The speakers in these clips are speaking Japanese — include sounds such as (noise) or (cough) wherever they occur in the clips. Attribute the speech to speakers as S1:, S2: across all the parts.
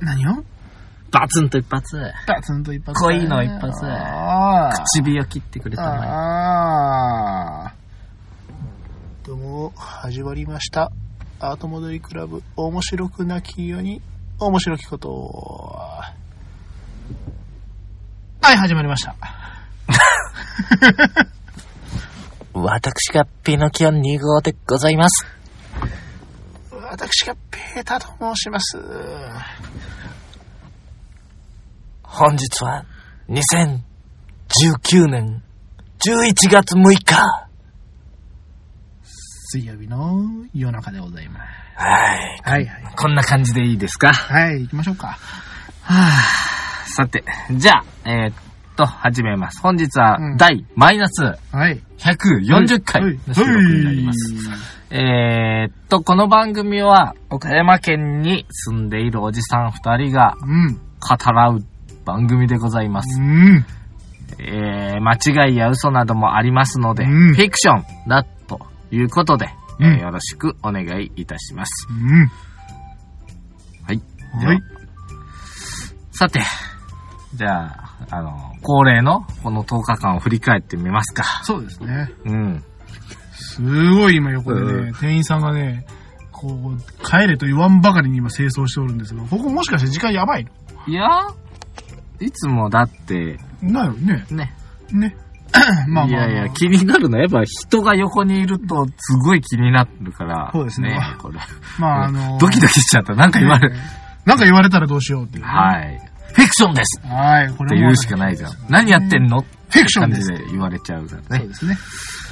S1: 何を
S2: バツンと一発。
S1: バツンと一発。
S2: 恋の一発
S1: ああ。
S2: 唇を切ってくれたま
S1: ああ。どうも、始まりました。アート戻りクラブ、面白くなきように、面白きことを。はい、始まりました。
S2: え私がピノキオ2号でございます。
S1: 私がペータと申します。
S2: 本日は、2019年11月6日。
S1: 水曜日の夜中でございます。
S2: はい。
S1: はいはい。
S2: こんな感じでいいですか
S1: はい、行きましょうか。
S2: さて、じゃあ、えーっと、始めます。本日は
S1: うん、
S2: 第マイナス
S1: はい。
S2: 140回
S1: はい
S2: の収録になります。
S1: はい
S2: えーっと、この番組は、岡山県に住んでいるおじさん二人が
S1: うん。
S2: 語らう番組でございます。
S1: うん。
S2: えー、間違いや嘘などもありますので、
S1: うん
S2: フィクションだということで、えー
S1: うん
S2: よろしくお願いいたします。
S1: うん。
S2: はい。では
S1: はい。
S2: さて、じゃあ、あの、恒例のこの10日間を振り返ってみますか。
S1: そうですね。
S2: うん。
S1: すごい今横でね、
S2: うん
S1: 店員さんがね、こう、帰れと言わんばかりに今清掃しておるんですが、ここもしかして時間やばいの
S2: いや、いつもだって、
S1: なよね。
S2: ね、 (coughs)
S1: ね。まあまあ、まあ、
S2: いやいや、気になるのはやっぱ人が横にいるとすごい気になるから。
S1: そうですね
S2: これ。
S1: まああの
S2: ドキドキしちゃった。なんか言われる。
S1: なんか言われたらどうしようっていう、ね。
S2: はい。フィクションです
S1: い。はい、こ
S2: っ
S1: れ
S2: て
S1: も
S2: 言うしかないじゃん。何やってんの
S1: フィクショ
S2: 感
S1: ンで
S2: じ
S1: す。
S2: で言われちゃうから
S1: そう
S2: ね。
S1: ですね。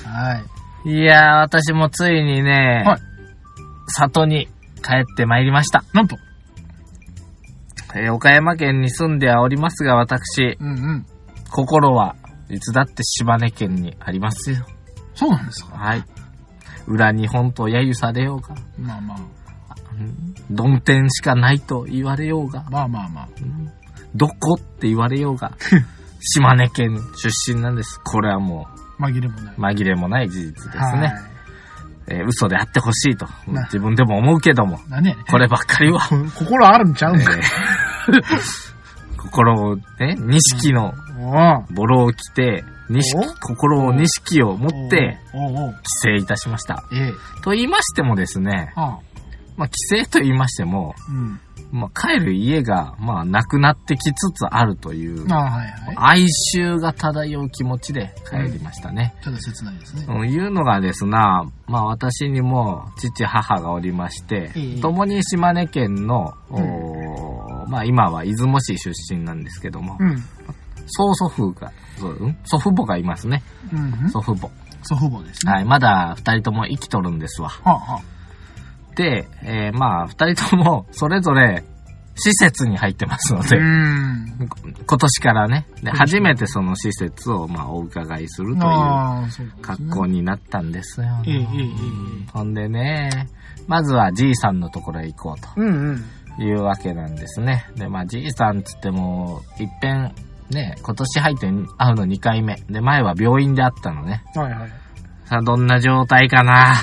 S1: はい。
S2: いやー、私もついにね、
S1: はい
S2: 里に帰ってまいりました。
S1: なんと。
S2: えー岡山県に住んではおりますが、私、
S1: うんうん。
S2: 心はいつだって島根県にありますよ。
S1: そうなんですか。
S2: はい。裏日本と揶揄されようが、
S1: まあまあ、
S2: どん天しかないと言われようが、
S1: まあまあまあ。
S2: どこって言われよう (laughs) が、島根県出身なんです。これはも
S1: 紛れもない。
S2: う紛れもない事実ですね。
S1: は
S2: えー嘘であってほしいと
S1: な
S2: 自分でも思うけども、
S1: い。何やねん
S2: こればっかり
S1: (laughs)
S2: は、
S1: こ心あるんちゃうんか。
S2: えー心をね、錦の
S1: お
S2: ボロを着て、錦
S1: お
S2: 心を錦を持って、
S1: おうおう。
S2: 帰省いたしました。
S1: ええ。
S2: と言いましてもですね、
S1: ああ。
S2: まあ、帰省と言いましても、
S1: うん。
S2: まあ、帰る家が、まあ、なくなってきつつあるという、
S1: ああ、はいは
S2: 哀
S1: い。
S2: 愁が漂う気持ちで帰りましたね。
S1: ちょっと切ないですね。
S2: うん、いうのがですな、まあ私にも父母がおりまして、
S1: ええ
S2: 共に島根県の、おーまあ今は出雲市出身なんですけども、
S1: うん。
S2: 曽祖父が、そううん祖父母がいますね。
S1: うん。
S2: 祖父母。
S1: 祖父母ですね。
S2: はい、まだ二人とも生きとるんですわ。
S1: はあ、は
S2: で、えーまあ二人ともそれぞれ施設に入ってますの
S1: あ。
S2: で、
S1: うん。
S2: 今年からね、で
S1: 今年から
S2: 初めてその施設をまあお伺いするという
S1: ああ、そうですね
S2: 格好になったんですよ、
S1: ええええええ
S2: ほんでね、まずはじいさんのところへ行こうと
S1: うんうん。
S2: いうわけなんですね。で、まあじいさんつっても、いっぺん、ね、今年入って会うの2回目。で、前は病院で会ったのね。
S1: はいはい。
S2: さあ、どんな状態かな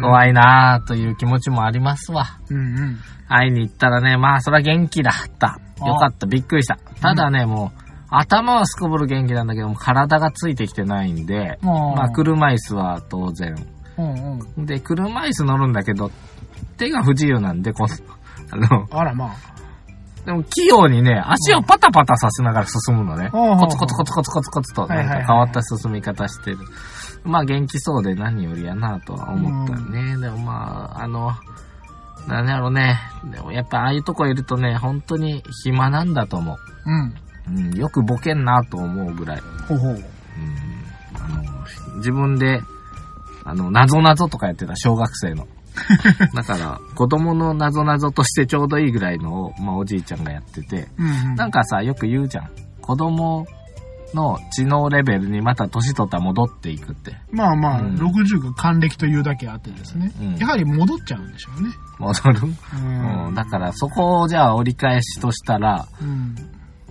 S2: 怖
S1: い。
S2: いなあという気持ちもありますわ。
S1: うんうん。
S2: 会いに行ったらね、まあそら元気だった。
S1: あ
S2: よかった、びっくりした。ただね、もう、頭はすこぶる元気なんだけども、体がついてきてないんで、
S1: ああ
S2: まあ車椅子は当然
S1: うんうん。
S2: で、車椅子乗るんだけど、手が不自由なんで、この、あの、
S1: あらまあ。
S2: でも器用にね、足をパタパタさせながら進むのね。
S1: うん
S2: コツコツコツコツコツコツと、
S1: はい
S2: な
S1: は
S2: いん
S1: はい
S2: か変わった進み方してる。まあ元気そうで何よりやなとは思ったね。でもまあ、あの、なんやろうね。でもやっぱああいうとこいるとね、本当に暇なんだと思う。
S1: うん。
S2: うん、よくボケんなと思うぐらい。
S1: ほうほう。
S2: うんあの、自分で、あの、なぞなぞとかやってた、小学生の。だから、子供のなぞなぞとしてちょうどいいぐらいのを、まあ、おじいちゃんがやってて、
S1: うんうん。
S2: なんかさ、よく言うじゃん。子供の知能レベルにまた年取ったら戻っていくって。
S1: まあまあ、
S2: うん
S1: 60が還暦というだけあってですね
S2: うん。
S1: やはり戻っちゃうんでしょうね。
S2: 戻る、
S1: う
S2: うん、
S1: ん。
S2: だから、そこをじゃあ折り返しとしたら、
S1: うん。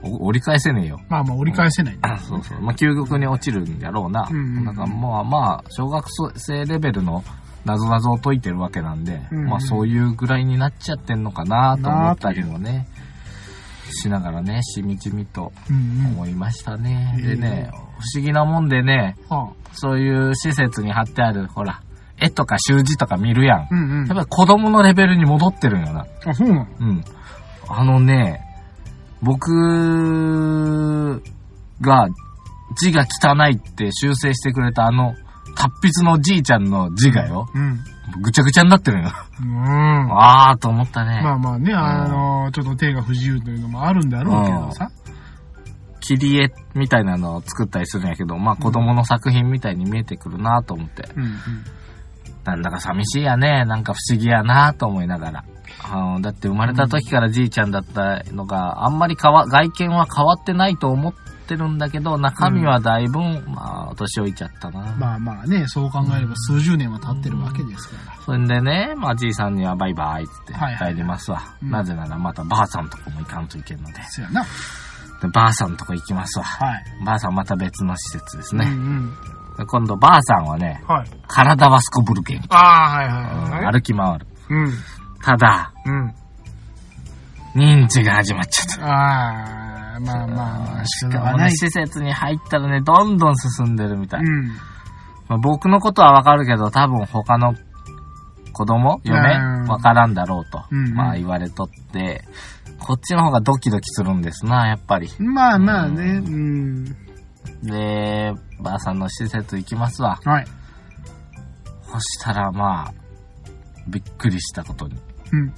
S2: お折り返せねえよ。
S1: まあまあ、折り返せないね。
S2: そうそう。まあ、究極に落ちるんやろうな。
S1: うんうん
S2: だからまあまあ、小学生レベルのなぞなぞを解いてるわけなんで、
S1: うんうん
S2: まあそういうぐらいになっちゃってんのかなと思ったりもね、しながらね、しみじみと
S1: うんうん。
S2: 思いましたね。
S1: うん
S2: でね、不思議なもんでね、
S1: は
S2: そういう施設に貼ってある、ほら、絵とか習字とか見るやん。
S1: あ。うんうん
S2: やっ。ぱり子供のレベルに戻ってるんよな。
S1: あ、そうなの
S2: うん。あのね、僕が字が汚いって修正してくれたあの、達筆のじいちゃんの字がよ、
S1: うん。うん。
S2: ぐちゃぐちゃになってるよ。
S1: ま
S2: あーと思ったね。
S1: あまあね、あの、ちょっと手が不自由というのもあるんだろうけどさ。
S2: 切り絵みたいなのを作ったりするんやけど、まあ子供の作品みたいに見えてくるなと思って。
S1: うんうん。
S2: なんだか寂しいやね。なんか不思議やなと思いながら。あのだって生まれた時からじいちゃんだったのがあんまり変わ外見は変わってないと思ってるんだけど中身はだいぶ、まあ、年老いちゃったな、
S1: まあまあね、そう考えれば数十年は経ってるわけですから。
S2: それでね、まあ、じいさんにはバイバイっつって
S1: はいはい
S2: 帰りますわ、
S1: うん
S2: なぜならまたばあさんとこも行かんといけんので
S1: そうやな。
S2: でばあさんとこ行きますわ
S1: はい。
S2: ばあさんまた別の施設です
S1: うんう
S2: ね、
S1: ん。
S2: で今度ばあさんはね
S1: はい。
S2: 体はすこぶるけん、
S1: ああ、はいはいはい。
S2: 歩き回る
S1: うん。
S2: ただ
S1: うん。
S2: 認知が始まっちゃった
S1: ああ、まあまあまあ、仕
S2: し
S1: 方
S2: か
S1: が
S2: も
S1: な
S2: ね
S1: い。
S2: 施設に入ったらね、どんどん進んでるみたい。
S1: うん。
S2: まあ僕のことはわかるけど、多分他の子供、嫁、
S1: うん
S2: わからんだろうと、
S1: うんうん
S2: まあ言われとって、こっちの方がドキドキするんですな、やっぱり。
S1: まあまあね、うん。
S2: で、ばあさんの施設行きますわ。
S1: はい。
S2: そしたらまあ、びっくりしたことに。
S1: うん。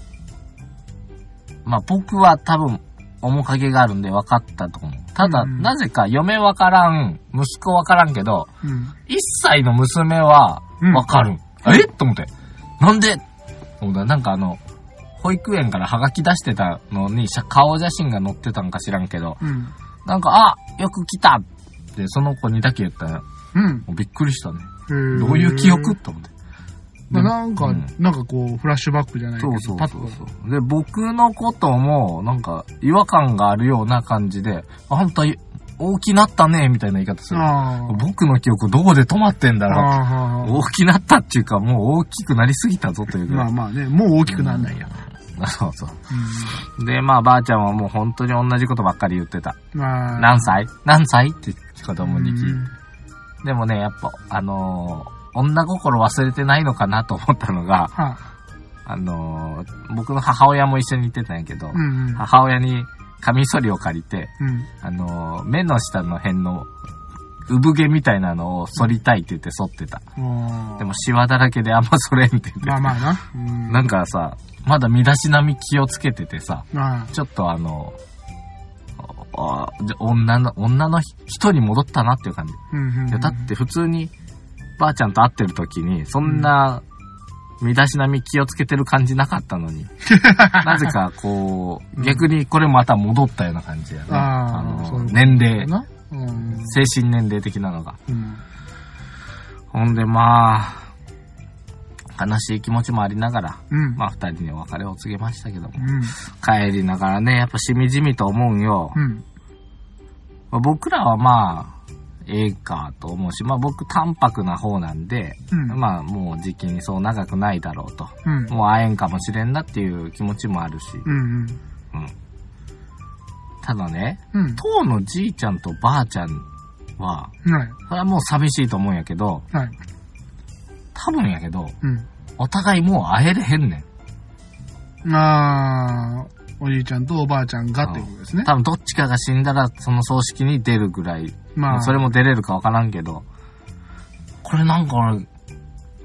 S2: まあ僕は多分、面影があるんで分かったと思う。ただ、
S1: うん
S2: なぜか嫁分からん、息子分からんけど、
S1: うん。
S2: 1歳の娘は
S1: うん
S2: わかる。えと思って。なんでそうだなんかあの、保育園からハガキ出してたのに、写顔写真が載ってたんか知らんけど、
S1: うん。
S2: なんか、あよく来たって、その子にだけ言ったら、
S1: うん。
S2: もうびっくりしたね。
S1: どう
S2: どういう記憶と思って。
S1: まあなんか、
S2: うん
S1: なんかこう、フラッシュバックじゃないけ
S2: そ
S1: ど、
S2: うそう
S1: パッ
S2: そ
S1: と
S2: うそう。で、僕のことも、なんか、違和感があるような感じで、あんた、大きなったね、みたいな言い方する。
S1: あー
S2: 僕の記憶どこで止まってんだろう
S1: あー。
S2: 大きなったっていうか、もう大きくなりすぎたぞというぐら
S1: ま
S2: い
S1: あまあね、もう大きくなんないや。
S2: (laughs) そうそう。で、まあ、ばあちゃんはもう本当に同じことばっかり言ってた。
S1: うんまあ。
S2: 何歳何歳って子供に聞い
S1: うん
S2: て。でもね、やっぱ、あのー女心忘れてないのかなと思ったのが、
S1: は
S2: あのー僕の母親も一緒に行ってたんやけど、
S1: あ、うんうん。
S2: 母親にカミソリを借りて、
S1: うん。
S2: あのー目の下の辺の産毛みたいなのを剃りたいって言って剃ってた。
S1: おー
S2: でも、シワだらけであんま剃れんって言って
S1: まあまあな。うん
S2: なんかさ、まだ身だしなみ気をつけててさ、
S1: まあ、
S2: ちょっとあの、あじゃ女の、女の人に戻ったなっていう感じ。
S1: うんうんうん。
S2: いやだって普通に、ばあちゃんと会ってる時に、そんな、身だしなみ気をつけてる感じなかったの
S1: (laughs)
S2: に。なぜか、こ
S1: う
S2: う、
S1: ん
S2: 逆にこれまた戻ったような感じやね。
S1: あーそういう
S2: の、
S1: こと
S2: 年齢、
S1: な。うん。
S2: 精神年齢的なのが。
S1: うん
S2: ほんでまあ、悲しい気持ちもありながら、
S1: うん。
S2: まあ二人にお別れを告げましたけども
S1: う。ん。
S2: 帰りながらね、やっぱしみじみと思うんよ
S1: う。ん。
S2: まあ僕らはまあ、ええかと思うし、まあ僕淡白な方なんで、
S1: うん。
S2: まあもう時期にそう長くないだろうと。
S1: うん。
S2: もう会えんかもしれんなっていう気持ちもあるし。
S1: うん。
S2: うん。ただね、
S1: うん。
S2: 当のじいちゃんとばあちゃんは、
S1: うん。はい。
S2: それはもう寂しいと思うんやけど、
S1: はい。
S2: 多分やけど、
S1: う
S2: お互いもう会えれへんねん。
S1: ん。ああ、おじいちゃんとおばあちゃんがっていうことですね。
S2: 多分どっちかが死んだらその葬式に出るぐらい
S1: まあ、
S2: それも出れるかわからんけど、これなんか俺、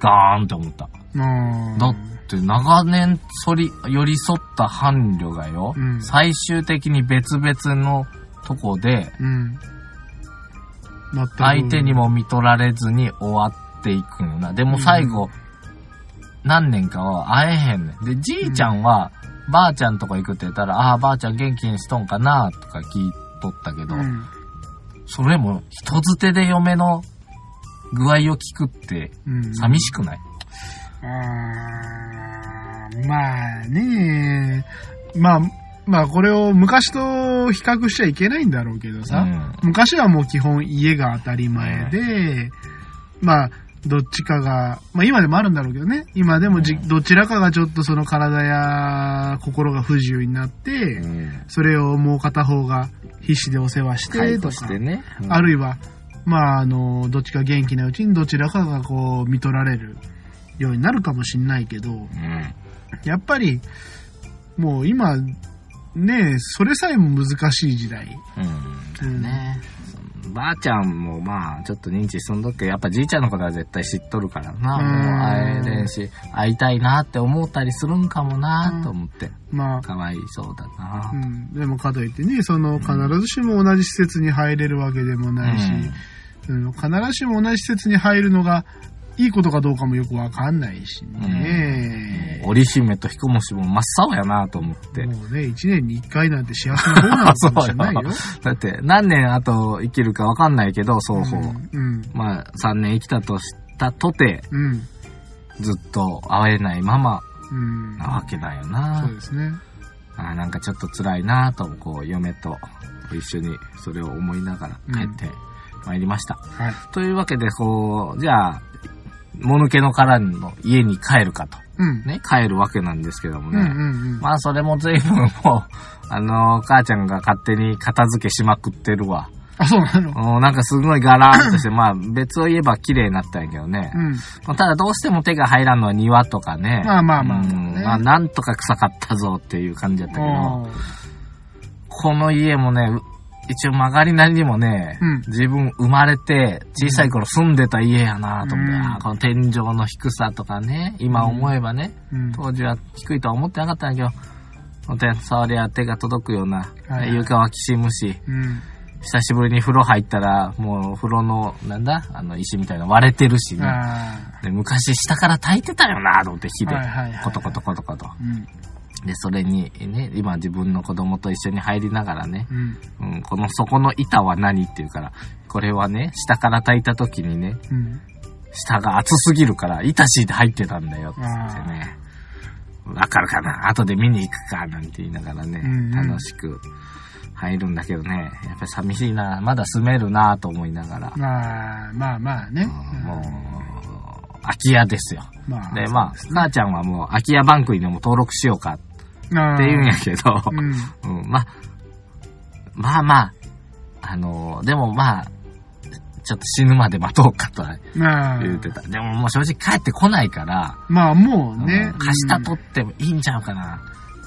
S2: ガーンって思った。
S1: うん。
S2: だって長年そり、寄り添った伴侶がよ、
S1: うん
S2: 最終的に別々のとこで、
S1: うん。全く
S2: 相手に。も見取られずに終わっていくんよな。でも最後、何年かは会えへんねん。で、じいちゃんは、ばあちゃんとこ行くって言ったら、ああ、ばあちゃん元気にしとんかなとか聞いとったけ
S1: う
S2: ど、
S1: ん。
S2: それも人づてで嫁の具合を聞くって、
S1: うん。
S2: 寂しくない
S1: あーまあねまあ、まあこれを昔と比較しちゃいけないんだろうけどさ、
S2: うん
S1: 昔はもう基本家が当たり前で、まあどっちかが、まあ今でもあるんだろうけどね、今でもじ、どちらかがちょっとその体や心が不自由になって、
S2: うん。
S1: それをもう片方が必死でお世話し
S2: 介
S1: てと
S2: 護
S1: か、
S2: してね。うん
S1: あるいは、まああの、どっちか元気なうちにどちらかがこう、見取られるようになるかもしんないけど、
S2: うん。
S1: やっぱり、もう今、ねえ、それさえも難しい時代。
S2: う
S1: うん
S2: ん。ね。そのばあちゃんもまあ、ちょっと認知しとんどっけ、やっぱじいちゃんのことは絶対知っとるからな。
S1: う
S2: も
S1: ん
S2: う会えれんし、会いたいなって思ったりするんかもなと思って。
S1: まあ、
S2: かわいそうだな
S1: うん、でもかといってね、その必ずしも同じ施設に入れるわけでもないし、うん必ずしも同じ施設に入るのがいいことかどうかもよくわかんないしね。
S2: 織姫と彦星も真っ青やなと思って。
S1: もうね、1年に1回なんて幸せな方なのかもしれ (laughs) ないよ。
S2: だって、何年後生きるかわかんないけど、双方。
S1: うん。
S2: まあ、3年生きたとしたとて、
S1: うん。
S2: ずっと会えないまま
S1: うん。
S2: なわけだよ
S1: そ
S2: な
S1: う。ですね。
S2: あーなんかちょっと辛いなと、こう、嫁と一緒にそれを思いながら帰ってまいりました。
S1: はい。
S2: というわけで、こう、じゃあ、もぬけの殻の家に帰るかと。
S1: うん。
S2: ね、帰るわけなんですけども
S1: うん
S2: ね。
S1: うんうん。
S2: まあ、それも随分もう、 (laughs) あのー母ちゃんが勝手に片付けしまくってるわ。
S1: あ、そうなの
S2: うんなんかすごいガラーンと
S1: (coughs)
S2: して、まあ、別を言えば綺麗になったんやけどね。
S1: うん。
S2: まあただどうしても手が入らんのは庭とかね。
S1: まあまあまあ
S2: うん
S1: ね
S2: まあ、なんとか臭かったぞっていう感じだったけど、この家もね、う一応曲がりなりにもね、
S1: うん
S2: 自分生まれて小さい頃住んでた家やなと思って、
S1: うん
S2: あーこの天井の低さとかね、今思えばね、
S1: うん。
S2: 当時は低いとは思ってなかったんだけど、本当に触りや手が届くような、
S1: はい
S2: 床はきしむし、
S1: うん。
S2: 久しぶりに風呂入ったら、もう風呂の、なんだあの石みたいなの割れてるしね。
S1: あ
S2: で昔下から炊いてたよなと思って火
S1: あ。
S2: で
S1: はい。はいはい。
S2: コトコトコトコト。
S1: うん。
S2: で、それにね、今自分の子供と一緒に入りながらね、
S1: うん。
S2: うん、この底の板は何って言うから、これはね、下から炊いた時にね、
S1: うん。
S2: 下が熱すぎるから、板敷いて入ってたんだよ、つってね。わかるかな後で見に行くかなんて言いながらね、
S1: うんうん
S2: 楽しく入るんだけどね、やっぱり寂しいな、まだ住めるなと思いながら、
S1: まあ、まあまあね。
S2: うん
S1: うん
S2: もう、空き家ですよ。
S1: まあ。
S2: で、まあ、母ちゃんはもう空き家バンクにでも登録しようかって
S1: あー
S2: 言うんやけど、
S1: うん。
S2: うん、まあ、まあまあ、あのーでもまあ、ちょっと死ぬまで待とうかとは
S1: まあ、
S2: 言うてた。でももう正直帰ってこないから、
S1: まあもうね
S2: ね、。貸した取ってもいいんちゃうかな。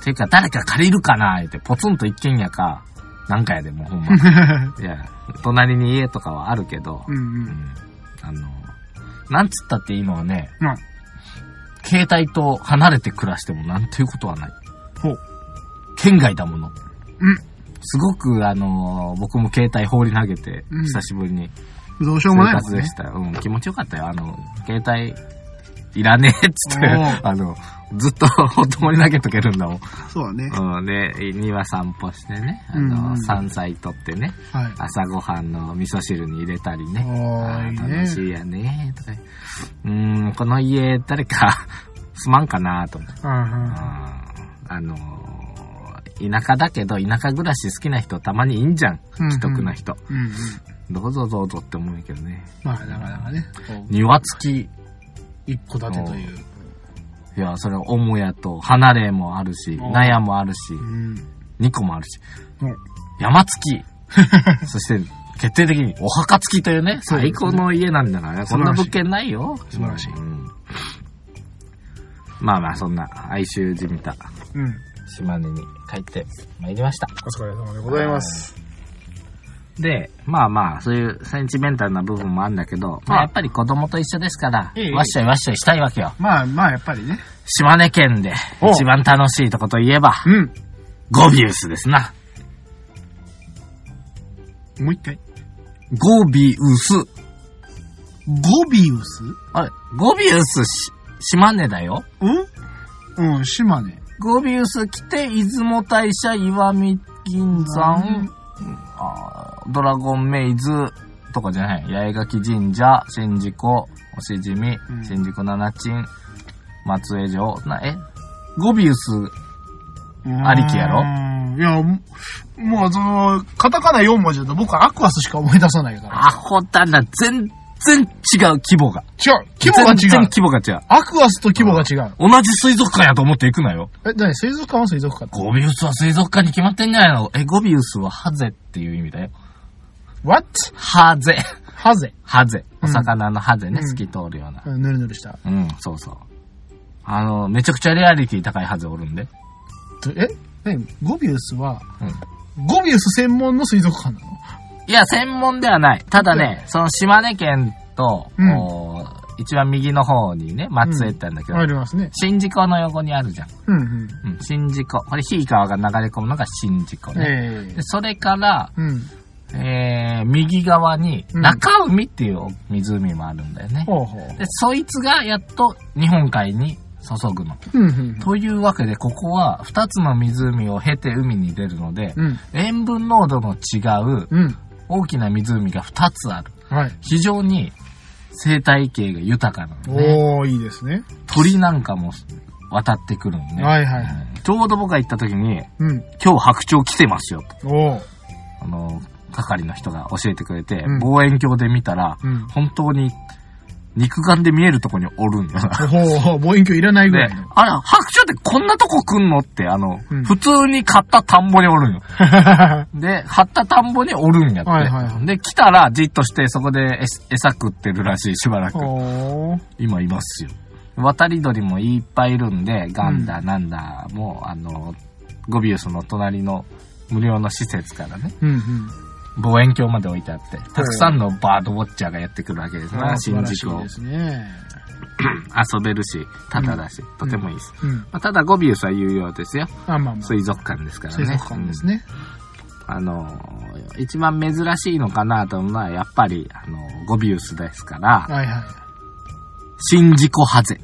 S2: ていうか、誰か借りるかな、言って、ポツンと一軒家か、なんかやでも、ほん (laughs) ま。いや、隣に家とかはあるけど
S1: う、んう。
S2: うんん。あの、なんつったっていいのはね、
S1: まあ、
S2: 携帯と離れて暮らしてもなんていうことはない。
S1: ほう。
S2: 県外だもの。
S1: うん。
S2: すごく、あの、僕も携帯放り投げて、
S1: うん
S2: 久しぶりに
S1: どうしよ
S2: 生
S1: うもないも
S2: 活
S1: ん
S2: で
S1: ね
S2: し。たよ。うん、気持ちよかったよ。あの、携帯、いらねえっつって、
S1: お
S2: あの、ずっとほっともり投げとけるんだもん。
S1: そうだね。
S2: うん、で、庭散歩してね、あ
S1: うんう
S2: の、
S1: ん
S2: 山菜取ってね、
S1: はい。
S2: 朝ごはんの味噌汁に入れたりね。
S1: お
S2: あ
S1: ー、いい
S2: ー
S1: ね
S2: 楽。しいやね、とか。うーん、この家、誰か、 (laughs) すまんかなと思って。
S1: あ
S2: うんあのー、田舎だけど、田舎暮らし好きな人たまにいいんじゃん。
S1: うんうん
S2: 既得な人。
S1: うんうん。
S2: どうぞどうぞって思うんやけどね。
S1: まあ、なかなかね、こ
S2: 庭付き
S1: う一戸建てという。
S2: いや、それ、母屋と離れもあるし、
S1: お
S2: 納屋もあるし
S1: う、ん。
S2: 二個もあるし、
S1: うん
S2: 山付 (laughs) き。そして、決定的にお墓付きというね、
S1: そうで
S2: 最
S1: すね
S2: 高の家なんだからね、
S1: 素
S2: こ
S1: 晴
S2: んな
S1: らしい
S2: 物件ないよ。
S1: 素晴らしい
S2: うんまあまあ、そんな哀愁じみた
S1: うん。
S2: 島根に帰ってまいりました。
S1: お疲れ様でご
S2: ざいます。で、まあまあ、そういうセンチメンタルな部分もあるんだけど、まあやっぱり子供と一緒ですから、
S1: ええ
S2: わっしょいわっしょいしたいわけよ。
S1: まあまあ、やっぱりね。
S2: 島根県で
S1: お
S2: 一番楽しいとこといえば、
S1: うん。
S2: ゴビウスですな。
S1: もう一回。
S2: ゴビウス。
S1: ゴビウス
S2: あれ、ゴビウスし、島根だよ。
S1: うんうん、島根。
S2: ゴビウス来て、出雲大社、岩見銀山、あードラゴンメイズとかじゃない。八重垣神社、宍道湖、おしじみ
S1: う、ん
S2: 宍道湖七鎮、松江城、な、えゴビウス、ありきやろ
S1: うんいや、もうもう、その、カタカナ4文字だと僕はアクアスしか思い出さないから。
S2: アホだな、全然違う、規模が。
S1: 違う規模が
S2: 全然
S1: 違う
S2: 規模が違う。
S1: アクアスと規模が違う。
S2: 同じ水族館やと思って行くなよ。
S1: え、何水族館は水族館。
S2: ゴビウスは水族館に決まってんじゃないのえ、ゴビウスはハゼっていう意味だよ。
S1: What?
S2: ハゼ。
S1: ハゼ。
S2: ハゼ。お
S1: うん
S2: 魚のハゼね、
S1: うん
S2: 透き通るような。
S1: うんぬるぬるした。
S2: うん、そうそう。あの、めちゃくちゃレアリティ高いハゼおるんで。
S1: とえ何ゴビウスは、
S2: うん。
S1: ゴビウス専門の水族館なの
S2: いや、専門ではない。ただね、その島根県と、
S1: うん
S2: こう一番右の方にね、松江ってあるんだけど、
S1: ありますね。
S2: 宍道湖の横にあるじゃん。
S1: うんうん。
S2: うん、宍道湖。これ、ひい川が流れ込むのが宍道湖ね。
S1: ええ
S2: で、それから、
S1: うん。
S2: えー、右側に、
S1: うん
S2: 中海っていう湖もあるんだよね。
S1: ほうほう。
S2: で、そいつがやっと日本海に注ぐの。
S1: うんうん。
S2: というわけで、ここは2つの湖を経て海に出るので、
S1: うん。
S2: 塩分濃度の違う
S1: うん。
S2: 大きな湖が2つある。
S1: はい。
S2: 非常に生態系が豊かなのね。
S1: おー、いいですね。
S2: 鳥なんかも渡ってくるのね。
S1: はいはいは
S2: ちょうど僕が行った時に、
S1: うん。
S2: 今日白鳥来てますよと、
S1: おー。
S2: あの、係の人が教えてくれて、
S1: うん
S2: 望遠鏡で見たら、 (laughs)
S1: うん。
S2: 本当に肉眼で見えるとこにおるん
S1: (laughs)
S2: だよな。
S1: ほうほう、望遠鏡いらないぐ
S2: で、
S1: ら
S2: あ
S1: いの。
S2: れ、白鳥ってこんなとこ来んのって、あの、
S1: うん
S2: 普通に買った田んぼにおるんよ。
S1: は
S2: で、買った田んぼにおるんやって。
S1: はいはいはい
S2: で、来たらじっとしてそこで餌餌食ってるらしい、しばらく。
S1: (laughs) おー。
S2: 今いますよ。渡り鳥もいっぱいいるんで、ガンダ、なんだ、もう、あの、ゴビウスの隣の無料の施設からね、
S1: うんうん。
S2: 望遠鏡まで置いてあって、たくさんのバードウォッチャーがやってくるわけですな、
S1: 素晴
S2: 新
S1: らし
S2: 宿
S1: い
S2: を
S1: で。すね。
S2: 遊べるし、タダだし、とてもいいです。
S1: うん。
S2: まあ、ただ、ゴビウスは有料ですよ。
S1: あ、まあまあ。水
S2: 水族館ですからね。
S1: 族館ですね。
S2: うん。あの、一番珍しいのかなと思うのは、やっぱり、あの、ゴビウスですから、
S1: はいはい。
S2: 宍道湖ハゼ。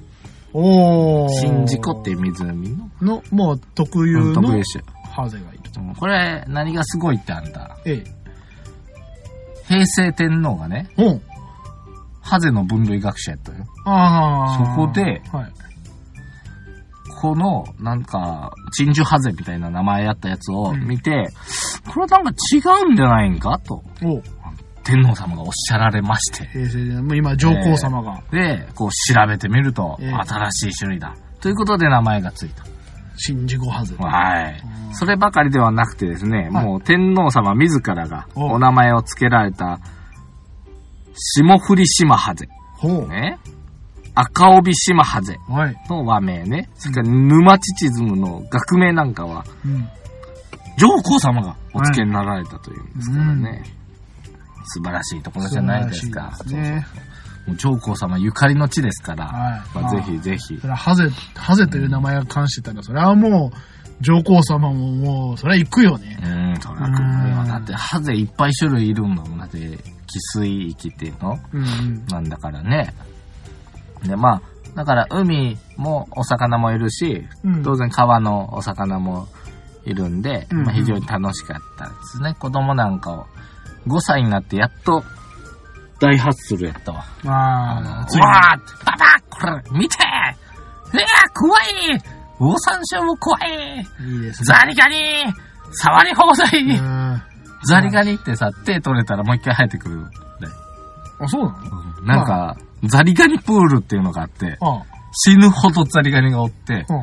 S1: おー。
S2: 宍道湖っていう湖の、
S1: の、もう特有
S2: うん、特
S1: の
S2: 有種。
S1: ハゼがいると。
S2: うんこれ、何がすごいってあんた、
S1: ええ。
S2: 平成天皇がね、
S1: おう
S2: ハゼの分類学者やったよ。
S1: ああ。
S2: そこで
S1: はい。
S2: この、なんか、珍珠ハゼみたいな名前やったやつを見て、これはなんか違うんじゃないんかと、
S1: おう
S2: 天皇様がおっしゃられまして。
S1: 平成で、もう今、上皇様が。
S2: で、こう調べてみると、
S1: ええ
S2: 新しい種類だ。ということで名前がついた。
S1: 宍道湖ハゼ。
S2: はい。
S1: うん
S2: そればかりではなくてですね、
S1: はい
S2: もう天皇様自らが
S1: お
S2: お名前を付けられた、霜降り島ハゼ。
S1: ほう。
S2: ね。赤帯島ハゼ
S1: はい。
S2: の和名ね。それから沼チチズムの学名なんかは、
S1: うん。
S2: 上皇様がお付けになられたというんですからね。素晴らしいところじゃないですか。
S1: 素晴らしいですね。
S2: もう上皇様ゆかりの地ですから、
S1: はい
S2: まあ、ぜひぜひ
S1: そ。れはハゼ、ハゼという名前が関してたら、それはもう、上皇様ももう、それは行くよね。
S2: うん、そらくんよ
S1: うん
S2: だって、ハゼいっぱい種類いるんだもん。だって、寄水域っていうの
S1: うんうん。
S2: なんだからね。で、まあ、だから海もお魚もいるし、
S1: うん
S2: 当然川のお魚もいるんで、
S1: うん
S2: まあ、非常に楽しかったですね。子供なんかを5歳になってやっと大ハッスルやったわ。あの
S1: まあ、ついに
S2: わーって、パパこれ見てえー、怖いオオサンショウも怖い
S1: いいですね。
S2: ザリガニ触り放題、
S1: うん。あ、
S2: ザリガニってさ、手取れたらもう一回生えてくるんだよ。
S1: そうなの
S2: なんか、ザリガニプールっていうのがあって、
S1: あ
S2: 死ぬほどザリガニがおって、
S1: あ。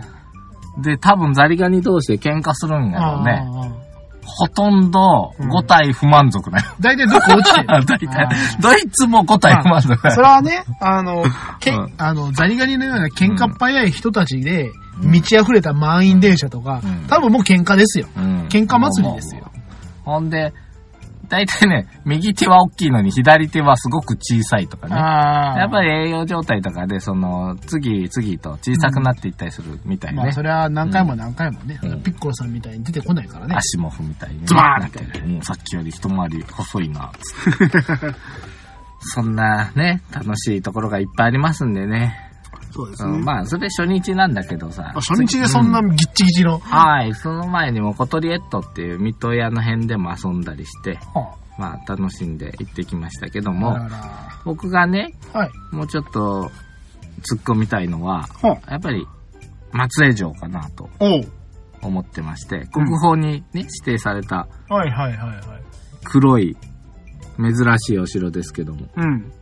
S1: うん。
S2: で、多分ザリガニ同士で喧嘩するんやろうね。
S1: ああ。
S2: ほとんど
S1: うん
S2: 5体不満足だよ。
S1: 大体どこ落ちてる
S2: (laughs) 大体、どいつも5体不満足だ
S1: そ
S2: よ。
S1: れはね、あの、け
S2: うん
S1: あの、ザリガニのような喧嘩っ早い人たちで、満ち溢れた満員電車とか、
S2: うん
S1: 多分もう喧嘩ですよ。
S2: うん
S1: 喧嘩祭りですよ。
S2: ほんで、大体ね、右手は大きいのに左手はすごく小さいとかね。
S1: ああ。
S2: やっぱり栄養状態とかで、その、次々と小さくなっていったりするみたいね。
S1: まあ、それは何回も何回もね、
S2: うん
S1: ピッコロさんみたいに出てこないからね。
S2: 足も踏みたいね。
S1: ズバーンって
S2: なんかねうんさっきより一回り細いな、 (laughs) つってそんなね、楽しいところがいっぱいありますんでね。
S1: そうで
S2: うんまあ、それ初日なんだけどさ。
S1: あ初日でそんな
S2: う
S1: ギッチギチの。
S2: はい、その前にもコトリエットっていう水戸屋の辺でも遊んだりして、
S1: は
S2: まあ、楽しんで行ってきましたけど
S1: あ
S2: も、
S1: あら
S2: 僕がね、
S1: らはい。
S2: もうちょっと突っ込みたいのは、
S1: は
S2: やっぱり松江城かなと
S1: あ、おう
S2: 思ってまして、国宝にね、指定された
S1: はいはいはいはい。
S2: 黒い珍しいお城ですけども、
S1: うん。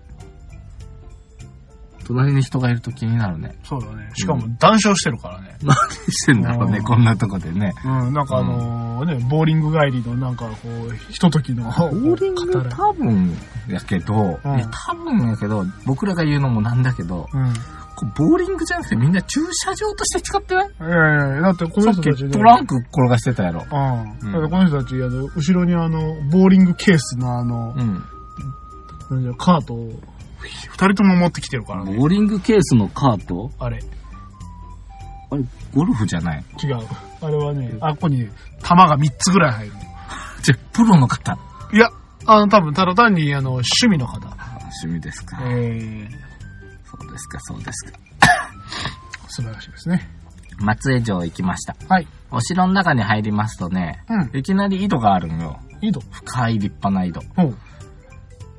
S2: 隣に人がいると気になるね。
S1: そうだね。しかも談笑してるからね。
S2: 何 (laughs) してんだろうね、
S1: うん
S2: こんなとこでね。
S1: うん、なんかあのね、ボーリング帰りのなんかこう、ひとときの。
S2: ボーリン
S1: 語
S2: グ
S1: らい
S2: 多分やけど、
S1: うん
S2: いや多分やけど、僕らが言うのもなんだけど、
S1: うん。
S2: こうボーリングじゃなくてみんな駐車場として使ってない
S1: いやいやいやだってこ
S2: さ
S1: の
S2: っ
S1: 人たち
S2: き
S1: ね
S2: トランク転がしてたやろ。う
S1: う。
S2: んん
S1: だってこの人たち、あの、後ろにあの、ボーリングケースのあの
S2: う、ん。
S1: なんだろうカートを、二人とも持ってきてるからね。
S2: ボーリングケースのカート
S1: あれ、違。
S2: あれ、ゴルフじゃないう
S1: あれはね、あ、ここに、玉が三つぐらい入る。
S2: じゃ、プロの方。
S1: いや、あの、多分、ただ単に、あの、趣味の方。
S2: 趣味ですか。
S1: えー、
S2: そうですか、そうですか。
S1: 素晴らしいですね。
S2: 松江城行きました。
S1: はい。
S2: お城の中に入りますとね、
S1: うん。
S2: いきなり井戸があるのよ。
S1: いいと。
S2: 深い立派な井戸。
S1: ほ